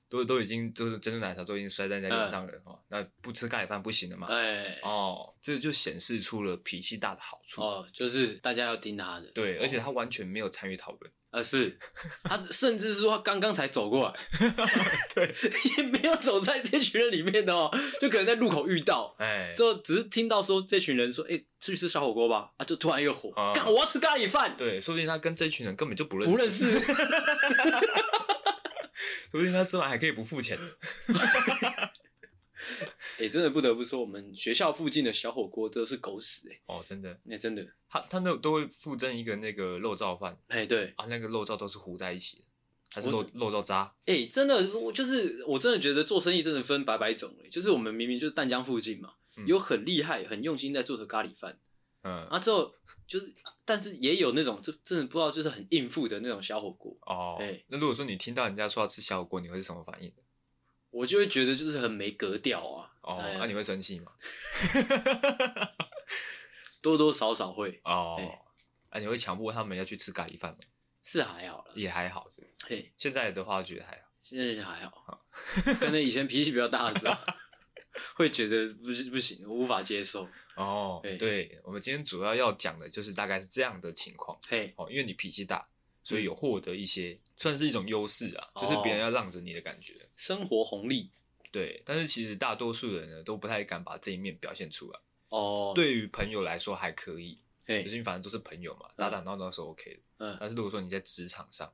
A: 都都已经都是珍珠奶茶都已经摔在人家
B: 嗯
A: 脸上了哦，那不吃咖喱饭不行了嘛。
B: 哎，
A: 哦，这就显示出了脾气大的好处。
B: 哦，就是大家要听他的，
A: 对，而且他完全没有参与讨论，
B: 啊是，他甚至是说他刚刚才走过来，
A: 对，
B: 也没有走在这群人里面的哦，就可能在路口遇到，
A: 哎，
B: 之后只是听到说这群人说，哎、去吃小火锅吧，啊，就突然一个火，
A: 啊
B: 干、我要吃咖喱饭，
A: 对，说不定他跟这群人根本就不认识，
B: 不认识，
A: 说不定他吃完还可以不付钱。
B: 哎、真的不得不说，我们学校附近的小火锅都是狗屎、哎，
A: 哦，真的，
B: 那、真的，
A: 他他那都会附赠一个那个肉燥饭
B: 哎、对，
A: 啊，那个肉燥都是糊在一起的，还是肉肉燥渣？
B: 哎、真的，我就是我真的觉得做生意真的分百百种、欸、就是我们明明就是淡江附近嘛，
A: 嗯
B: 有很厉害、很用心在做的咖喱饭，
A: 嗯，
B: 啊之后就是，但是也有那种就真的不知道就是很应付的那种小火锅，
A: 哦，
B: 哎
A: 那如果说你听到人家说要吃小火锅，你会是什么反应？
B: 我就会觉得就是很没格调啊。
A: 哦，那、
B: 哎
A: 你会生气 吗？
B: 多多少少会
A: 哦，那、
B: 哎
A: 你会强迫他们要去吃咖喱饭吗？
B: 是还好了，
A: 也还好，是不是
B: 嘿，
A: 现在的话觉得还好。
B: 现在是还好，可能以前脾气比较大的时候， 会觉得不是不行，我无法接受。
A: 哦，
B: 对
A: 对，我们今天主要要讲的就是大概是这样的情况。
B: 嘿，
A: 哦，因为你脾气大，所以有获得一些、算是一种优势啊，
B: 嗯哦
A: 就是别人要让着你的感觉。
B: 生活红利
A: 对，但是其实大多数人呢都不太敢把这一面表现出来。
B: 哦，，
A: 对于朋友来说还可以，
B: 嘿
A: 可，是你反正都是朋友嘛，打打闹闹是 OK 的。
B: 嗯
A: 但是如果说你在职场上，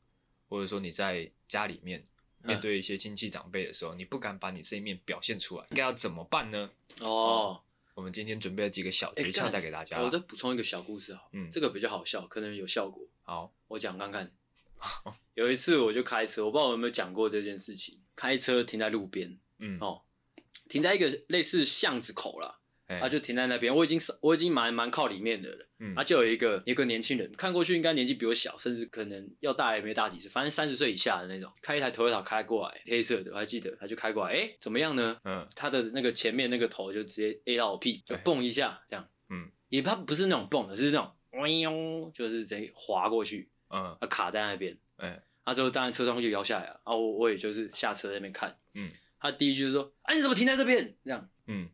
A: 或者说你在家里面
B: 嗯
A: 面对一些亲戚长辈的时候，你不敢把你这一面表现出来，该要怎么办呢？
B: 哦。
A: 我们今天准备了几个小
B: 哎
A: 诀窍
B: 干
A: 带给大家
B: 我再
A: 啦。
B: 补充一个小故事哈，
A: 嗯
B: 这个比较好笑，可能有效果。
A: 好，
B: 我讲看 看。有一次我就开车，我不知道我有没有讲过这件事情。开车停在路边
A: 嗯，
B: 哦，停在一个类似巷子口啦，
A: 哎
B: 啊就停在那边。我已经我已经蛮蛮靠里面的了，
A: 嗯
B: 啊就有一个有一个年轻人，看过去应该年纪比我小，甚至可能要大也没大几岁，反正三十岁以下的那种，开一台 Toyota 开过来，黑色的，我还记得，他就开过来，哎、怎么样呢？
A: 嗯
B: 他的那个前面那个头就直接 A 到我屁，就
A: 哎
B: 蹦一下这样，
A: 嗯，
B: 也他不是那种蹦的，是那种。嗡就是直接滑过去，
A: 嗯，
B: 啊卡在那边，
A: 哎
B: 啊之后当然车窗就摇下来了，啊我我也就是下车在那边看，
A: 嗯，
B: 他第一句就说啊你怎么停在这边？这样，
A: 嗯，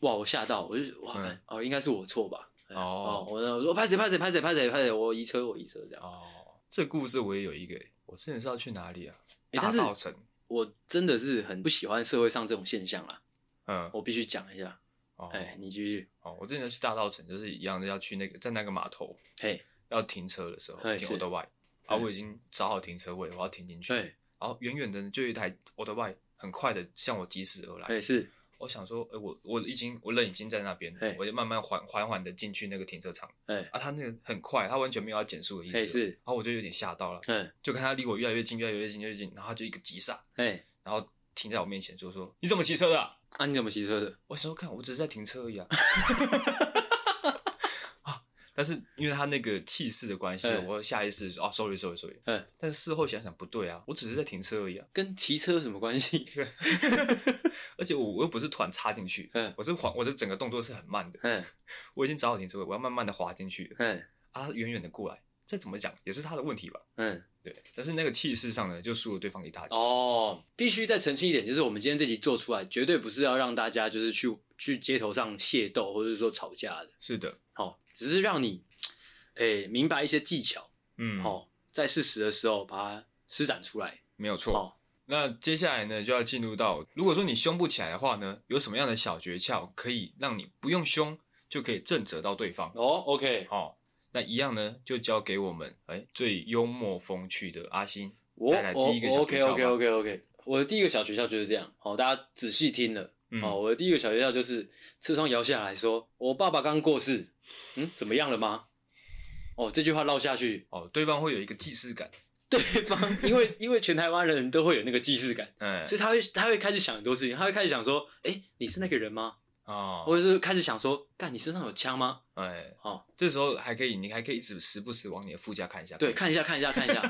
B: 哇我吓到，我就哇、
A: 嗯
B: 哦应该是我错吧？哎
A: 哦
B: 我我说拍谁拍谁拍谁拍谁拍谁，我移车我移车这样，
A: 哦，这故事我也有一个欸，我之前是要去哪里啊？
B: 哎
A: 大
B: 但是
A: 稻城，
B: 我真的是很不喜欢社会上这种现象啦，
A: 嗯，
B: 我必须讲一下，
A: 哦
B: 哎、你继续，
A: 哦，我之前去大稻城就是一样的要去那个在那个码头
B: 嘿，
A: 要停车的时候
B: 哎
A: 停
B: 是
A: o t o b i
B: 哎
A: 啊，我已经找好停车位，我要停进去，
B: 对，
A: 然后远远的就有一台 o t o b i 很快的向我疾驶而来，
B: 哎是，
A: 我想说，哎、我我已经我人已经在那边
B: 哎，
A: 我就慢慢缓缓缓的进去那个停车场
B: 哎
A: 啊，他那个很快，他完全没有要减速的意思，
B: 哎是
A: 然后我就有点吓到了，
B: 嗯
A: 就看他离我越来越近，越来越近，越来越近，然后他就一个急刹，
B: 哎，
A: 然后停在我面前就说：“你怎么骑车的啊、
B: 啊你怎么骑车的？
A: 我想说看，我只是在停车而已啊。 啊但是因为他那个气势的关系，
B: 嗯
A: 我下意识说哦，sorry sorry sorry。
B: 嗯，
A: 但是事后想想不对啊，我只是在停车而已啊，
B: 跟骑车有什么关系？
A: 而且我我又不是突然插进去，
B: 嗯
A: 我是缓，我的整个动作是很慢的，
B: 嗯
A: 我已经找好停车位，我要慢慢的滑进去了
B: 嗯
A: 啊，他远远的过来，再怎么讲也是他的问题吧？
B: 嗯，
A: 对，但是那个气势上呢，就输了对方一大截。
B: 哦，必须再澄清一点，就是我们今天这集做出来，绝对不是要让大家就是去去街头上械斗或者是说吵架的，
A: 是的，
B: 哦，只是让你，诶、明白一些技巧，
A: 嗯，
B: 哦，在适时的时候把它施展出来，
A: 没有错。
B: 哦，
A: 那接下来呢，就要进入到，如果说你凶不起来的话呢，有什么样的小诀窍可以让你不用凶就可以震慑到对方？
B: 哦，OK，
A: 哦，那一样呢，就交给我们哎最幽默风趣的阿星
B: 我
A: 带来第一个小诀窍吧。
B: 哦 OK OK OK，我的第一个小诀窍就是这样，好、大家仔细听了。
A: 嗯
B: 哦，我的第一个小诀窍就是车窗摇下来说：“我爸爸刚过世，嗯，怎么样了吗？”哦，这句话绕下去，
A: 哦，对方会有一个既视感，
B: 对方因为因为全台湾人都会有那个既视感，
A: 哎
B: 所以他会他会开始想很多事情，他会开始想说：“哎、你是那个人吗？”
A: 哦，
B: 或者是开始想说：“干，你身上有枪吗
A: 哎，？”
B: 哦，
A: 这时候还可以，你还可以一直时不时往你的副驾看一下。
B: 对，看一下看一下看一下。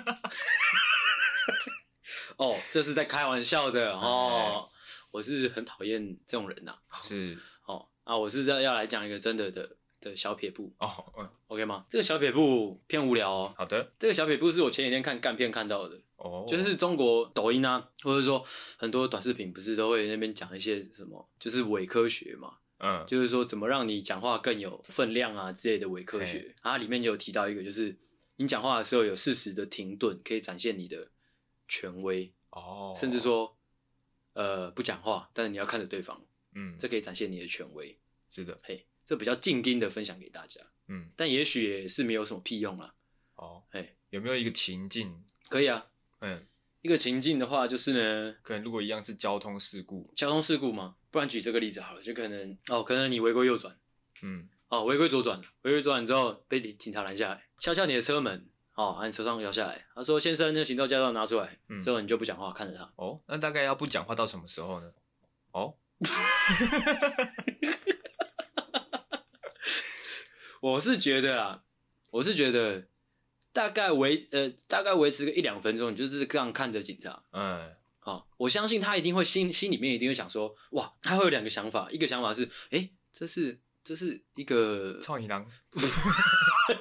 B: 哦，这是在开玩笑的哦，我是很讨厌这种人呐、
A: 是
B: 哦，啊，我是要要来讲一个真的的的小撇步
A: 哦，嗯，
B: ，OK 吗？这个小撇步偏无聊哦。
A: 好的，
B: 这个小撇步是我前几天看干片看到的，
A: 哦，
B: 就是中国抖音啊，或者说很多短视频，不是都会那边讲一些什么，就是伪科学嘛，
A: 嗯，
B: 就是说怎么让你讲话更有分量啊之类的伪科学。啊，里面有提到一个，就是你讲话的时候有适时的停顿，可以展现你的权威，
A: 哦，
B: 甚至说，呃，不讲话，但是你要看着对方，
A: 嗯，
B: 这可以展现你的权威。
A: 是的，
B: 嘿，这比较静音的分享给大家，
A: 嗯，
B: 但也许也是没有什么屁用啦。
A: 哦，
B: 哎，
A: 有没有一个情境？
B: 可以啊，
A: 嗯，
B: 一个情境的话就是呢，
A: 可能如果一样是交通事故，
B: 交通事故嘛，不然举这个例子好了，就可能哦，可能你违规右转，
A: 嗯，
B: 哦，违规左转，违规左转之后被警察拦下来，敲敲你的车门，哦，把你车上摇下来。他说：“先生，那个行照驾照拿出来。
A: 嗯
B: 之后你就不讲话，看着他。
A: 哦，那大概要不讲话到什么时候呢？哦，
B: 我是觉得啊，我是觉得大概维呃大概维持个一两分钟，你就是这样看着警察。
A: 嗯，
B: 啊、我相信他一定会心心里面一定会想说，哇，他会有两个想法，一个想法是，诶，这是这是一个
A: 操你娘！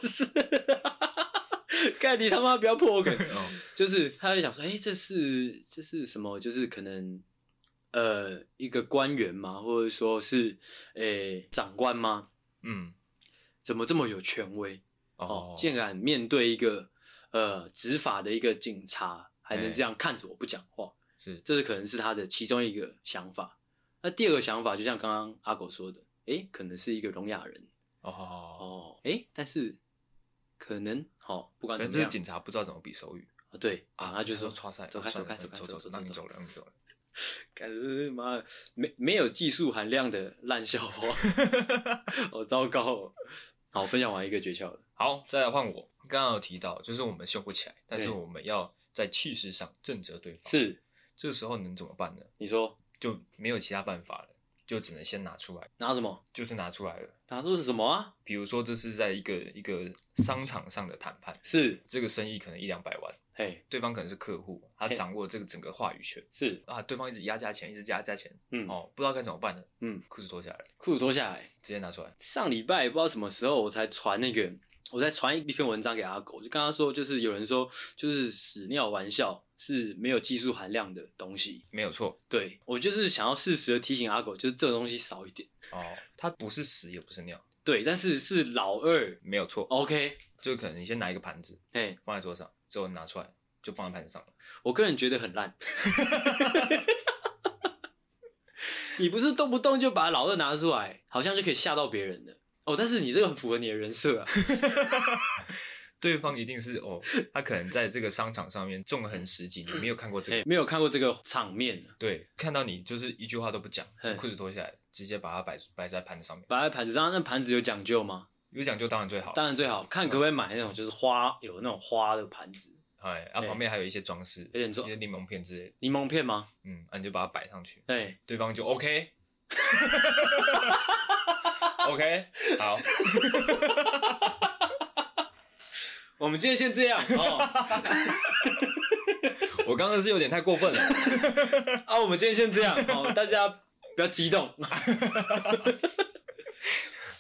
B: 是， 看你他妈不要 破梗，
A: 哦，
B: 就是他在想说，诶，这是这是什么？就是可能呃一个官员吗？或者说是诶、长官吗？
A: 嗯，
B: 怎么这么有权威？哦
A: 哦，，
B: 竟然面对一个呃执法的一个警察，还能
A: 哎
B: 这样看着我不讲话，
A: 是，
B: 这是可能是他的其中一个想法。那第二个想法，就像刚刚阿狗说的，诶，可能是一个聋哑人
A: 哦，
B: 哦，诶，但是可能哦，不管
A: 可能
B: 怎么
A: 这个
B: 样，
A: 警察不知道怎么比手语
B: 啊对
A: 啊，
B: 他就说
A: 抓塞，
B: 走开
A: 算了
B: 走开
A: 走
B: 走开走
A: 走，
B: 走
A: 让你
B: 走
A: 走了，让你走了。
B: 感觉妈的没没有技术含量的烂笑 话，好糟糕、哦。好，分享完一个诀窍了，
A: 好，再来换我。刚刚有提到，就是我们凶不起来，但是
B: 对
A: 我们要在气势上震慑对方。
B: 是
A: 这时候能怎么办呢？
B: 你说
A: 就没有其他办法了，就只能先拿出来，
B: 拿什么？
A: 就是拿出来了。
B: 拿出是什么啊？
A: 比如说，这是在一个一个商场上的谈判，
B: 是，
A: 这个生意可能一两百万，
B: 嘿，
A: 对方可能是客户，他
B: 嘿
A: 掌握这个整个话语权
B: 是，
A: 啊，对方一直压价钱，一直压价钱，
B: 嗯，
A: 哦，不知道该怎么办呢，
B: 嗯，
A: 裤子脱下来了，
B: 裤子脱下来，
A: 直接拿出来，
B: 上礼拜不知道什么时候我才传那个，我才传一篇文章给阿狗，就跟他说，就是有人说，就是屎尿玩笑是没有技术含量的东西。
A: 没有错，
B: 对我就是想要适时的提醒阿狗，就是这种东西少一点。
A: 哦，它不是屎也不是尿，
B: 对，但是是老二
A: 没有错，
B: ，OK，
A: 就可能你先拿一个盘子
B: 哎，
A: 放在桌上，之后拿出来就放在盘子上了，
B: 我个人觉得很烂。 你不是动不动就把老二拿出来，好像就可以吓到别人的哦。但是你这个很符合你的人设啊。
A: 对方一定是哦，他可能在这个商场上面纵横十几年，没有看过这
B: 哎、
A: 个，
B: 没有看过这个场面，啊
A: 对，看到你就是一句话都不讲，
B: 嘿
A: 就裤子脱下来，直接把它摆摆在盘子上面，
B: 摆在盘子上，那盘子有讲究吗？
A: 有讲究当然最好，
B: 当然最好看可不可以买那种就是花有那种花的盘子，
A: 哎，啊
B: 哎
A: 旁边还有一些装饰，
B: 有点重
A: 一些柠檬片之类的，
B: 柠檬片吗？
A: 嗯，啊你就把它摆上去，
B: 哎、
A: 对方就 OK。OK，好，
B: 我们今天先这样哦，
A: 我刚刚是有点太过分了。
B: 啊，我们今天先这样 哦，大家不要激动。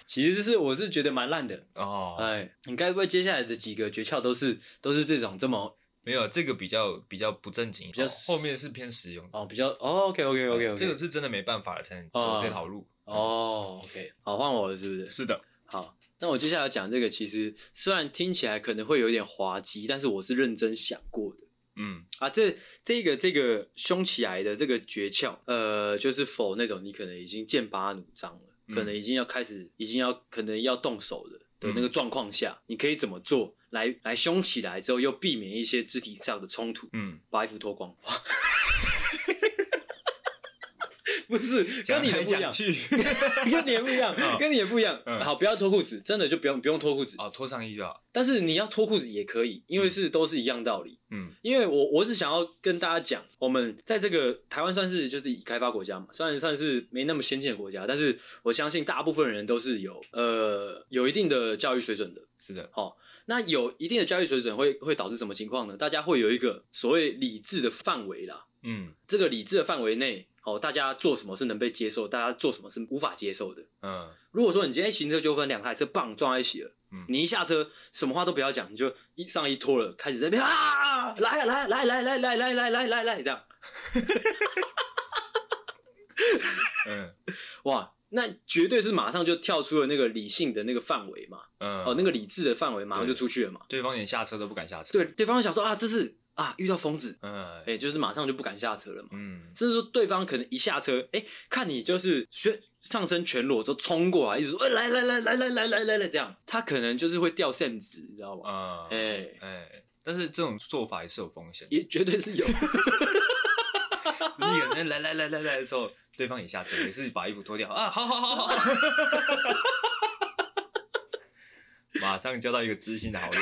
B: 其实这是我是觉得蛮烂的，哎、
A: 哦，
B: 你该不会接下来的几个诀窍都是都是这种这么
A: 没有，这个比较比较不正经，
B: 较
A: 哦后面是偏实用的。
B: 哦比较、哦、OK OK OK OK
A: 这个是真的没办法了，才能走这条路。
B: 哦 OK 好换我了是不是？
A: 是的，
B: 好，那我接下来讲这个其实虽然听起来可能会有点滑稽，但是我是认真想过的。
A: 嗯，
B: 啊，这这个这个凶起来的这个诀窍，呃，就是否那种你可能已经剑拔弩张了，
A: 嗯嗯
B: 可能已经要开始，已经要可能要动手了的那个状况下，你可以怎么做来来凶起来之后，又避免一些肢体上的冲突，
A: 嗯，
B: 把衣服脱光。 不是，跟
A: 讲
B: 你的
A: 来
B: 不一
A: 讲
B: 样，
A: 去，
B: 跟你的不一样，跟你的不一样。
A: 嗯
B: 好，不要脱裤子，真的就不用不用脱裤子。
A: 哦，脱上衣就好。
B: 但是你要脱裤子也可以，因为是都是一样道理。
A: 嗯
B: 因为我我是想要跟大家讲，我们在这个台湾算是就是已开发国家嘛，虽然算是没那么先进的国家，但是我相信大部分人都是有呃有一定的教育水准的。
A: 是的，
B: 那有一定的教育水准会会导致什么情况呢？大家会有一个所谓理智的范围啦，
A: 嗯
B: 这个理智的范围内，哦，大家做什么是能被接受，大家做什么是无法接受的。
A: 嗯，
B: 如果说你今天行车纠纷两台车棒撞在一起了，
A: 嗯
B: 你一下车什么话都不要讲，你就一上衣脱了，开始在那边啊，来啊来啊来来来来来来来来来这样，
A: 嗯
B: 哇，那绝对是马上就跳出了那个理性的那个范围嘛，
A: 嗯，
B: 哦，那个理智的范围马上就出去了嘛。
A: 对方连下车都不敢下车。
B: 对，，对方想说啊，这是啊遇到疯子，
A: 嗯
B: 哎、就是马上就不敢下车了嘛。
A: 嗯，
B: 甚至说对方可能一下车，哎、看你就是学上身全裸就冲过来，一直说，哎、来来来来来来来来来这样，他可能就是会掉线值，你知道吗？
A: 啊，
B: 哎、
A: 哎，但是这种做法也是有风险的。
B: 也绝对是 有。
A: 你可能来来来来来的时候，对方也下车，也是把衣服脱掉啊，好好好好。好妈马上交到一个知心的好友。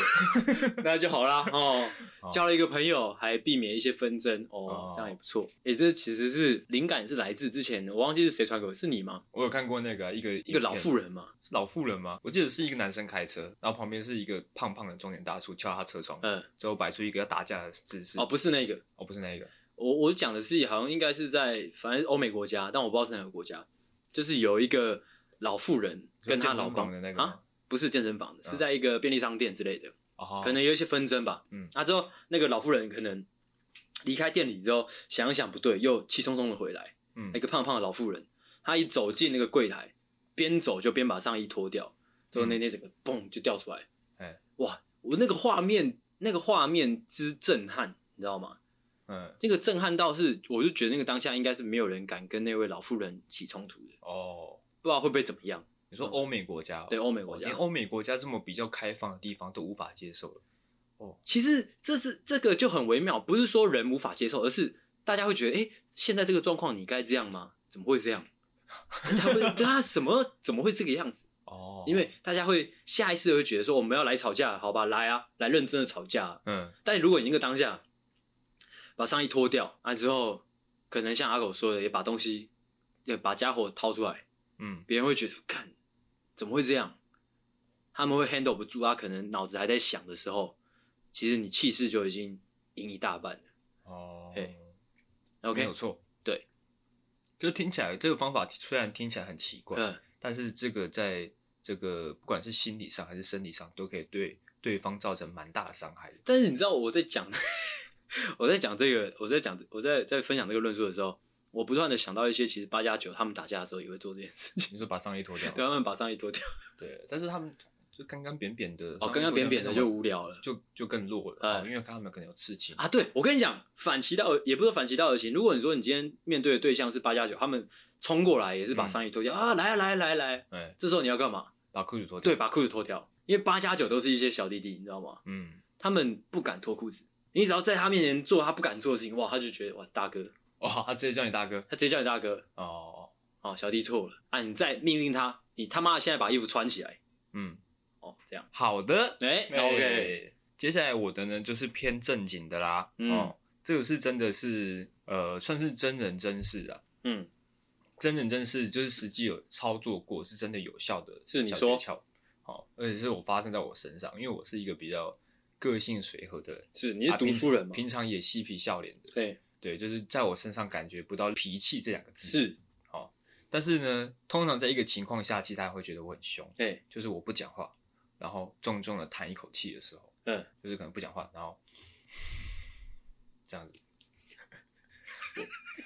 B: 那就好啦哦
A: 哦。
B: 交了一个朋友，还避免一些纷争哦
A: 哦，
B: 这样也不错。诶，这其实是灵感是来自之前，我忘记是谁传给我，是你吗？
A: 我有看过那个啊一个
B: 一个
A: 影
B: 老
A: 片
B: 妇人嘛，
A: 是老妇人吗？我记得是一个男生开车，然后旁边是一个胖胖的中年大叔敲他车窗，
B: 嗯，
A: 最后摆出一个要打架的姿势。
B: 哦，不是那个，
A: 哦，不是那一个，
B: 我我讲的是好像应该是在反正欧美国家，但我不知道是哪个国家，就是有一个老妇人跟她
A: 健身
B: 老公
A: 房的那个
B: 啊
A: 吗，啊
B: 不是健身房的，是在一个便利商店之类的，
A: 哦，
B: 可能有一些纷争吧。
A: 嗯，
B: 啊之后那个老妇人可能离开店里之后，想一想不对，又气冲冲的回来。
A: 嗯
B: 那个胖胖的老妇人，她一走进那个柜台，边走就边把上衣脱掉，之后那那整个嘣就掉出来。
A: 嗯哎
B: 哇，我那个画面，那个画面之震撼，你知道吗？
A: 嗯，
B: 那个震撼到是，我就觉得那个当下应该是没有人敢跟那位老妇人起冲突的，
A: 哦，
B: 不知道会不会怎么样。
A: 你说欧美国家、哦，
B: 对欧美国
A: 哦
B: 家
A: 连，欧美国家这么比较开放的地方都无法接受了。
B: 其实这是这个就很微妙，不是说人无法接受，而是大家会觉得，哎、现在这个状况你该这样吗？怎么会这样？ 大家会对啊，什么怎么会这个样子？
A: 哦
B: 因为大家会下意识地会觉得说我们要来吵架，好吧，来啊，来认真的吵架啊、
A: 嗯，
B: 但如果你那个当下把上衣脱掉啊之后，可能像阿狗说的，也把东西，也把家伙掏出来，
A: 嗯，
B: 别人会觉得，看怎么会这样？他们会 handle 不住，他可能脑子还在想的时候，其实你气势就已经赢一大半了。
A: 哦
B: 嘿
A: 没
B: OK，
A: 有错，
B: 对，
A: 就听起来这个方法虽然听起来很奇怪，
B: 嗯，
A: 但是这个在这个不管是心理上还是生理上，都可以对对方造成蛮大的伤害的。
B: 但是你知道我在讲，我在讲这个，我在讲，我在在分享这个论述的时候，我不断的想到一些，其实八加九他们打架的时候也会做这件事情，
A: 你说把上衣脱掉，
B: 对啊他们把上衣脱掉，
A: 对，但是他们就干干扁扁的，
B: 哦，刚刚扁扁
A: 上
B: 的
A: 衣脱掉
B: 就
A: 那种
B: 无聊了。
A: 就就更弱了，
B: 哎
A: 哦因为他们可能有刺青，
B: 啊，对，我跟你讲，反其道而也不是反其道而行。如果你说你今天面对的对象是八加九，他们冲过来也是
A: 嗯
B: 把上衣脱掉、啊，来啊来啊来啊来啊，
A: 哎，
B: 这时候你要干嘛？
A: 把裤子脱掉，
B: 对，，把裤子脱掉，因为八加九都是一些小弟弟，你知道吗？
A: 嗯，
B: 他们不敢脱裤子，你只要在他面前做他不敢做的事情，哇，他就觉得哇大哥，
A: 哦，他直接叫你大哥，
B: 他直接叫你大哥
A: 哦，
B: 哦，小弟错了啊，你再命令他，你他妈的现在把衣服穿起来
A: 嗯，
B: 哦，这样，
A: 好的
B: 哎、
A: 哎
B: o k
A: 接下来我的呢就是偏正经的啦，
B: 嗯
A: 哦，这个是真的是呃，算是真人真事啊，
B: 嗯，
A: 真人真事就是实际有操作过，是真的有效的
B: 是你
A: 小
B: 说
A: 诀窍，好、而且是我发生在我身上，因为我是一个比较个性随和的人，
B: 是你是
A: 啊
B: 读书人嘛？
A: 平平常也嬉皮笑脸的，
B: 对，
A: 对，就是在我身上感觉不到脾气这两个字。，
B: 是，
A: 但是呢，通常在一个情况下，其实他会觉得我很凶，
B: 哎、
A: 就是我不讲话，然后重重的叹一口气的时候，
B: 嗯，
A: 就是可能不讲话，然后这样子。 我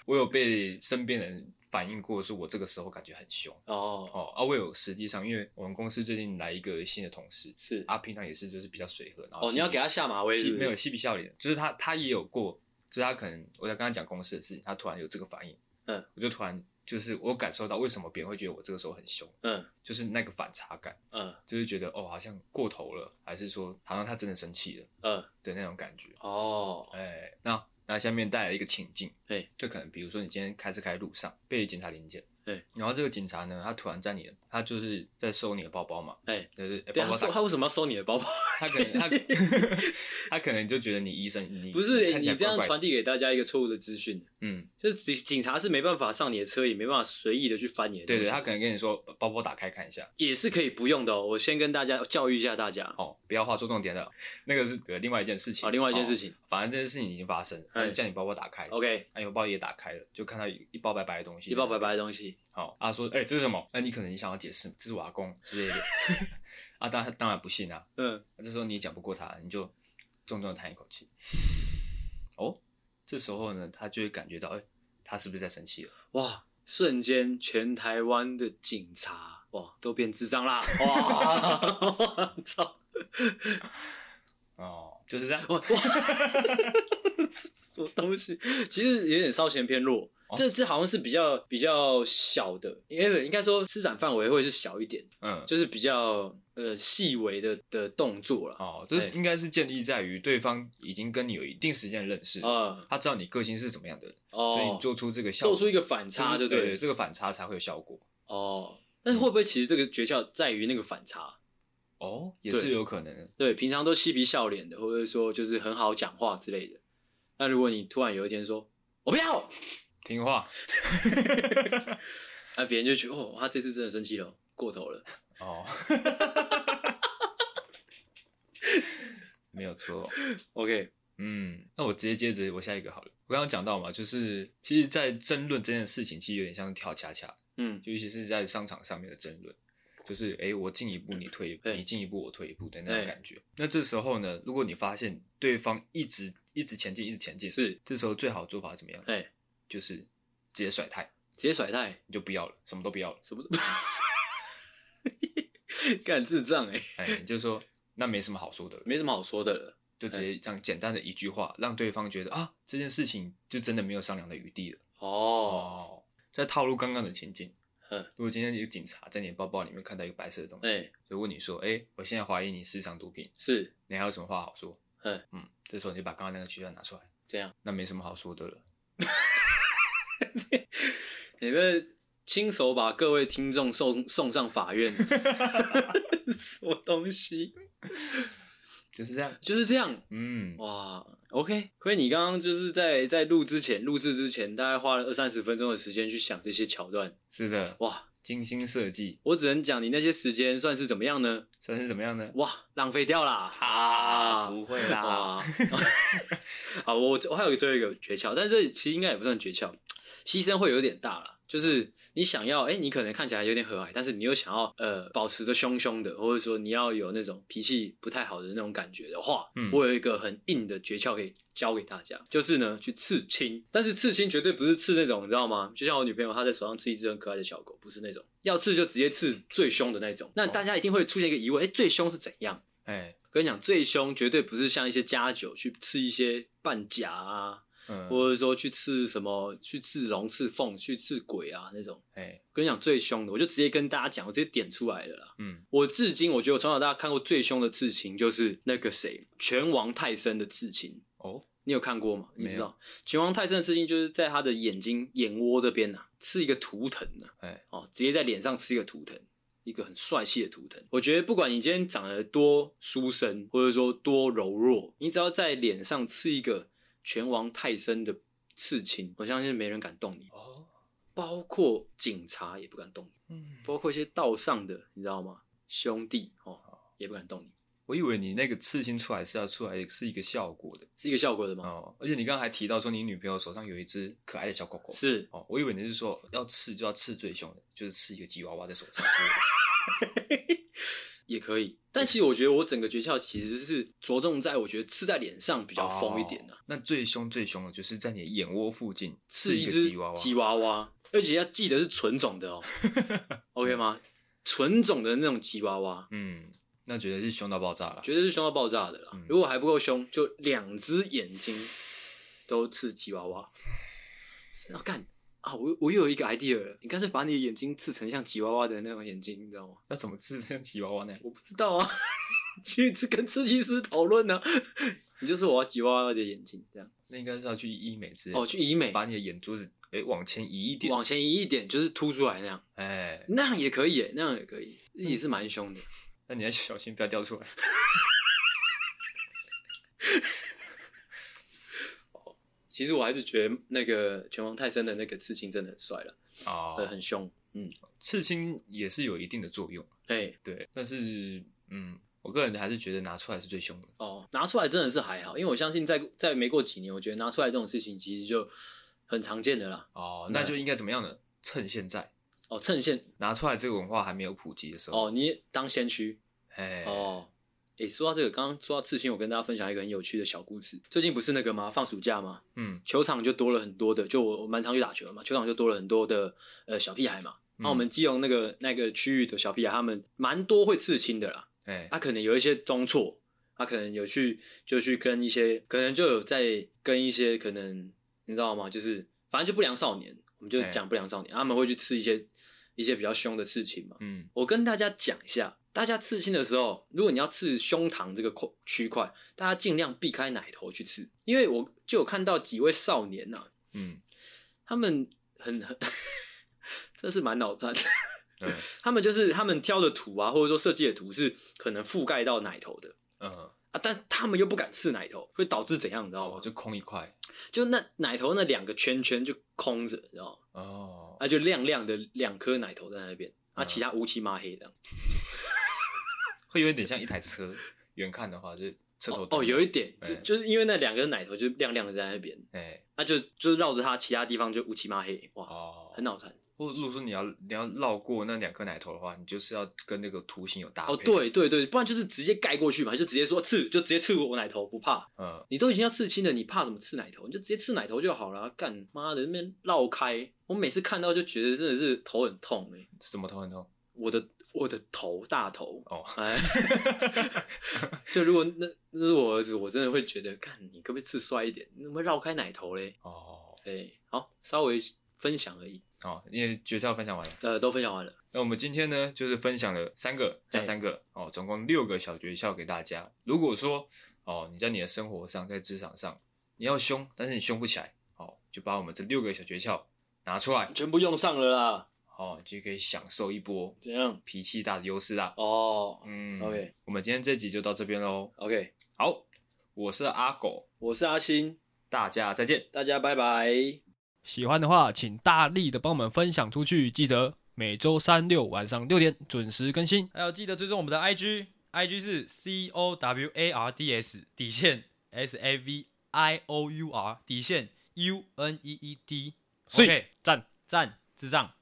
A: 我有被身边人反映过，是我这个时候感觉很凶
B: 哦，
A: 哦。啊，我有实际上，因为我们公司最近来一个新的同事，
B: 是，
A: 啊，平常也是就是比较随和，然后
B: 哦，你要给他下马威
A: 嬉
B: 是不是
A: 没有嬉皮笑脸，就是他他也有过，就是他可能我在跟他讲公司的事情，他突然有这个反应，
B: 嗯，
A: 我就突然就是我感受到为什么别人会觉得我这个时候很凶，
B: 嗯
A: 就是那个反差感，
B: 嗯
A: 就是觉得哦好像过头了，还是说好像他真的生气了
B: 嗯，
A: 的那种感觉。
B: 哦，
A: 哎，那那下面带来一个情境，
B: 哎，
A: 就可能比如说你今天开车开路上被警察临检，
B: 哎，
A: 然后这个警察呢，他突然在你的，他就是在收你的包包嘛，
B: 哎，
A: 就是哎
B: 对，
A: 包嗯
B: 他
A: 包打
B: 收他为什么要收你的包包？
A: 他可能他他可能就觉得你医生你
B: 不是，
A: 你
B: 哎
A: 看
B: 你
A: 起来
B: 这样
A: 怪怪的
B: 传递给大家一个错误的资讯，
A: 嗯，
B: 就是警警察是没办法上你的车，也没办法随意的去翻你的东
A: 对
B: 西，
A: 对，他可能跟你说把包包打开看一下，
B: 也是可以不用的哦。我先跟大家教育一下大家，
A: 哦，不要画出重点的， 那个是呃另外一件事情
B: 啊，另外一件事
A: 情，
B: 情
A: 哦反正这件事情已经发生了，
B: 哎
A: 那就叫你包包打开，
B: ，OK，
A: 那你包包也打开了，就看到一一包白白的东西，
B: 一包白，白的东西，
A: 好，啊说哎这是什么？那你可能想要解释这是瓦工之类的， 啊当然当然不信啊，
B: 嗯，
A: 那这时候你也讲不过他，你就重重的叹一口气，哦，这时候呢他就会感觉到哎他是不是在生气了？
B: 哇，瞬间全台湾的警察哇都变智障啦， 哇，操，
A: 哦，就是这样。
B: 哇哇，什么东西？其实有点稍嫌偏弱。
A: 哦
B: 这只好像是比较比较小的，因为应该说施展范围会是小一点，
A: 嗯，
B: 就是比较呃细微的的动作了。
A: 哦，这是
B: 对
A: 应该是建立在于对方已经跟你有一定时间的认识，
B: 啊、
A: 他知道你个性是怎么样的人，
B: 哦，
A: 哦所以你做出这个效
B: 做
A: 果，
B: 出一个反差，对
A: 对
B: 不对？
A: 对，这个反差才会有效果。
B: 哦，但是会不会其实这个诀窍在于那个反差？
A: 哦，也是有可能的。
B: 对，平常都嬉皮笑脸的，或者说就是很好讲话之类的。那如果你突然有一天说“我不要
A: 听话”，
B: 那别人就觉得哦，他这次真的生气了，过头了。
A: 哦，没有错。
B: OK，
A: 嗯，那我直接接着我下一个好了。我刚刚讲到嘛，就是其实，在争论这件事情，其实有点像是跳恰恰，
B: 嗯，
A: 尤其是在商场上面的争论，就是诶，我进一步你退一步，
B: 对
A: 你进一步我退一步的那
B: 对
A: 种感觉。那这时候呢，如果你发现对方一直一直前进，一直前进，
B: 是，
A: 这时候最好的做法是怎么样？
B: 哎、
A: 就是直接甩态，
B: 直接甩态，
A: 你就不要了，什么都不要了。
B: 什么都，干智障哎、
A: 哎，你就说那没什么好说的了，
B: 没什么好说的了。
A: 就直接这样简单的一句话，让对方觉得啊，这件事情就真的没有商量的余地了。
B: 哦，
A: 哦，再套路刚刚的情境，
B: 嗯
A: 如果今天有警察在你的包包里面看到一个白色的东西，
B: 哎
A: 就问你说，哎、我现在怀疑你是上毒品，
B: 是
A: 你还有什么话好说？
B: 嗯
A: 嗯，这时候你就把刚刚那个取段拿出来，
B: 这样。
A: 那没什么好说的了。
B: 你这亲手把各位听众送送上法院，什么东西？
A: 就是这样，
B: 就是这样
A: 嗯，
B: 哇。OK，亏你刚刚就是在在录之前，录制之前大概花了二三十分钟的时间去想这些桥段，
A: 是的，
B: 哇！
A: 精心设计，
B: 我只能讲你那些时间算是怎么样呢？
A: 算是怎么样呢？
B: 哇，浪费掉啦啊！
A: 不会 啦，
B: 啊，好，我我还有最后一个诀窍，但是其实应该也不算诀窍，牺牲会有点大了。就是你想要，哎、你可能看起来有点和蔼，但是你又想要，呃，保持着凶凶的，或者说你要有那种脾气不太好的那种感觉的话，
A: 嗯
B: 我有一个很硬的诀窍可以教给大家，就是呢，去刺青。但是刺青绝对不是刺那种，你知道吗？就像我女朋友，她在手上刺一只很可爱的小狗，不是那种，要刺就直接刺最凶的那种。
A: 哦
B: 那大家一定会出现一个疑问，哎、最凶是怎样？
A: 哎，
B: 跟你讲，最凶绝对不是像一些家酒去刺一些半甲啊，
A: 嗯，
B: 或者说去刺什么，去刺龙、刺凤、去刺鬼啊那种。
A: 哎，
B: 跟你讲最凶的，我就直接跟大家讲，我直接点出来的啦。
A: 嗯，
B: 我至今我觉得我从小到大看过最凶的刺青，就是那个谁拳王泰森的刺青，
A: 哦，
B: 你有看过吗？你
A: 没有
B: 知道拳王泰森的刺青就是在他的眼睛眼窝这边呐、啊，刺一个图腾呐、
A: 哎，
B: 哦，直接在脸上吃一个图腾，一个很帅气的图腾。我觉得不管你今天长得多书生，或者说多柔弱，你只要在脸上刺一个拳王泰森的刺青，我相信没人敢动你，
A: 哦，
B: 包括警察也不敢动你，
A: 嗯，
B: 包括一些道上的，你知道吗？兄弟哦，也不敢动你，
A: 我以为你那个刺青出来是要出来是一个效果的
B: 是一个效果的吗？
A: 哦，而且你刚刚还提到说你女朋友手上有一只可爱的小狗狗，
B: 是，
A: 哦，我以为你是说要刺就要刺最凶的，就是刺一个吉娃娃在手上。
B: 也可以。
A: 嗯
B: 但其实我觉得我整个诀窍其实是着重在我觉得刺在脸上比较疯一点的、啊
A: 哦那最凶最凶的就是在你的眼窝附近
B: 是
A: 刺
B: 一
A: 个
B: 只
A: 吉娃娃。
B: 吉娃娃，而且要记得是纯种 的哦，OK 吗？纯种的那种吉娃娃，
A: 嗯，那绝对是凶到爆炸了。
B: 绝对是凶到爆炸的啦。
A: 嗯
B: 如果还不够凶，就两只眼睛都刺吉娃娃。要干啊！我我又有一个 idea 了，你干脆把你的眼睛刺成像吉娃娃的那种眼睛，你知道吗？
A: 要怎么刺像吉娃娃呢？
B: 我不知道啊， 去跟刺青师讨论呢。你就说我要吉娃娃的眼睛这样
A: 那应该是要去医美之类的
B: 哦，去医美
A: 把你的眼珠子哎、往前移一点，
B: 往前移一点，就是凸出来那样，
A: 哎、
B: 那样也可以耶，那样也可以，也是蛮凶的。
A: 那你要小心不要掉出来。
B: 其实我还是觉得那个拳王泰森的那个刺青真的很帅了，对，
A: 哦，
B: 很凶。嗯，
A: 刺青也是有一定的作用，
B: 哎，
A: 对，但是嗯，我个人还是觉得拿出来是最凶的。
B: 哦，拿出来真的是还好，因为我相信在在没过几年，我觉得拿出来这种事情其实就很常见的啦。
A: 哦，那
B: 那
A: 就应该怎么样呢？趁现在
B: 哦，趁现
A: 拿出来这个文化还没有普及的时候，
B: 哦，你也当先驱
A: 哎、
B: 哦。哎，说到这个，刚刚说到刺青，我跟大家分享一个很有趣的小故事。最近不是那个吗？放暑假吗？
A: 嗯，
B: 球场就多了很多的，就我我蛮常去打球的嘛，球场就多了很多的呃小屁孩嘛。那、
A: 嗯
B: 我们基隆那个那个区域的小屁孩，他们蛮多会刺青的啦。
A: 哎、
B: 他可能有一些中错，他可能有去就去跟一些，可能就有在跟一些可能你知道吗？就是反正就不良少年，我们就
A: 哎
B: 讲不良少年，他们会去刺一些一些比较凶的刺青嘛。
A: 嗯，
B: 我跟大家讲一下，大家刺青的时候，如果你要刺胸膛这个块区块，大家尽量避开奶头去刺，因为我就有看到几位少年啊呐、
A: 嗯，
B: 他们很很，这是满脑残。
A: 对，
B: 他们就是他们挑的图啊，或者说设计的图是可能覆盖到奶头的
A: 嗯，
B: 啊，但他们又不敢刺奶头，会导致怎样，你知道吗
A: 哦，？就空一块，
B: 就那奶头那两个圈圈就空着，你知道吗？
A: 哦，
B: 啊，就亮亮的两颗奶头在那边，啊，
A: 嗯
B: 其他乌漆嘛黑的。
A: 会有一点像一台车，远看的话就是车头
B: 哦哦，有
A: 一，
B: 一点，就
A: 哎
B: 就是因为那两个奶头就亮亮的在那边，
A: 哎，
B: 那、就就绕着它，其他地方就乌漆嘛黑，哇，
A: 哦，
B: 很脑残。
A: 或者如果说你要你要绕过那两颗奶头的话，你就是要跟那个图形有搭配。
B: 哦，，对对对，不然就是直接盖过去嘛，就直接说刺，就直接刺我奶头，不怕。
A: 嗯，
B: 你都已经要刺青了，你怕什么刺奶头？你就直接刺奶头就好了。啊干妈的那边绕开，我每次看到就觉得真的是头很痛哎、
A: 什么头很痛？
B: 我的我的头大头
A: 哦，
B: 哎，就如果那那是我儿子，我真的会觉得，干你可不可以刺衰一点？你怎么会绕开奶头嘞？
A: 哦，
B: 对，好，稍微分享而已，
A: 好，因为学校分享完了。
B: 呃，都分享完了。
A: 那我们今天呢，就是分享了三个加三个哦，总共六个小诀窍给大家。如果说哦，你在你的生活上，在职场上，你要凶，但是你凶不起来，哦，就把我们这六个小诀窍拿出来，
B: 全部用上了啦，
A: 哦，就可以享受一波
B: 怎样？
A: 脾气大的优势啦。
B: 哦
A: 嗯
B: OK
A: 我们今天这集就到这边喽。
B: ，OK，
A: 好，我是阿狗，
B: 我是阿星，
A: 大家再见。
B: 大家拜拜。
C: 喜欢的话，请大力的帮我们分享出去，记得每周三六晚上六点准时更新。
D: 还有记得追踪我们的 IG，IG 是 C O W A R D S 底线 S A V I O U R 底线 U N E E D。
C: 所以
D: OK，
C: 赞。
D: 赞，智障。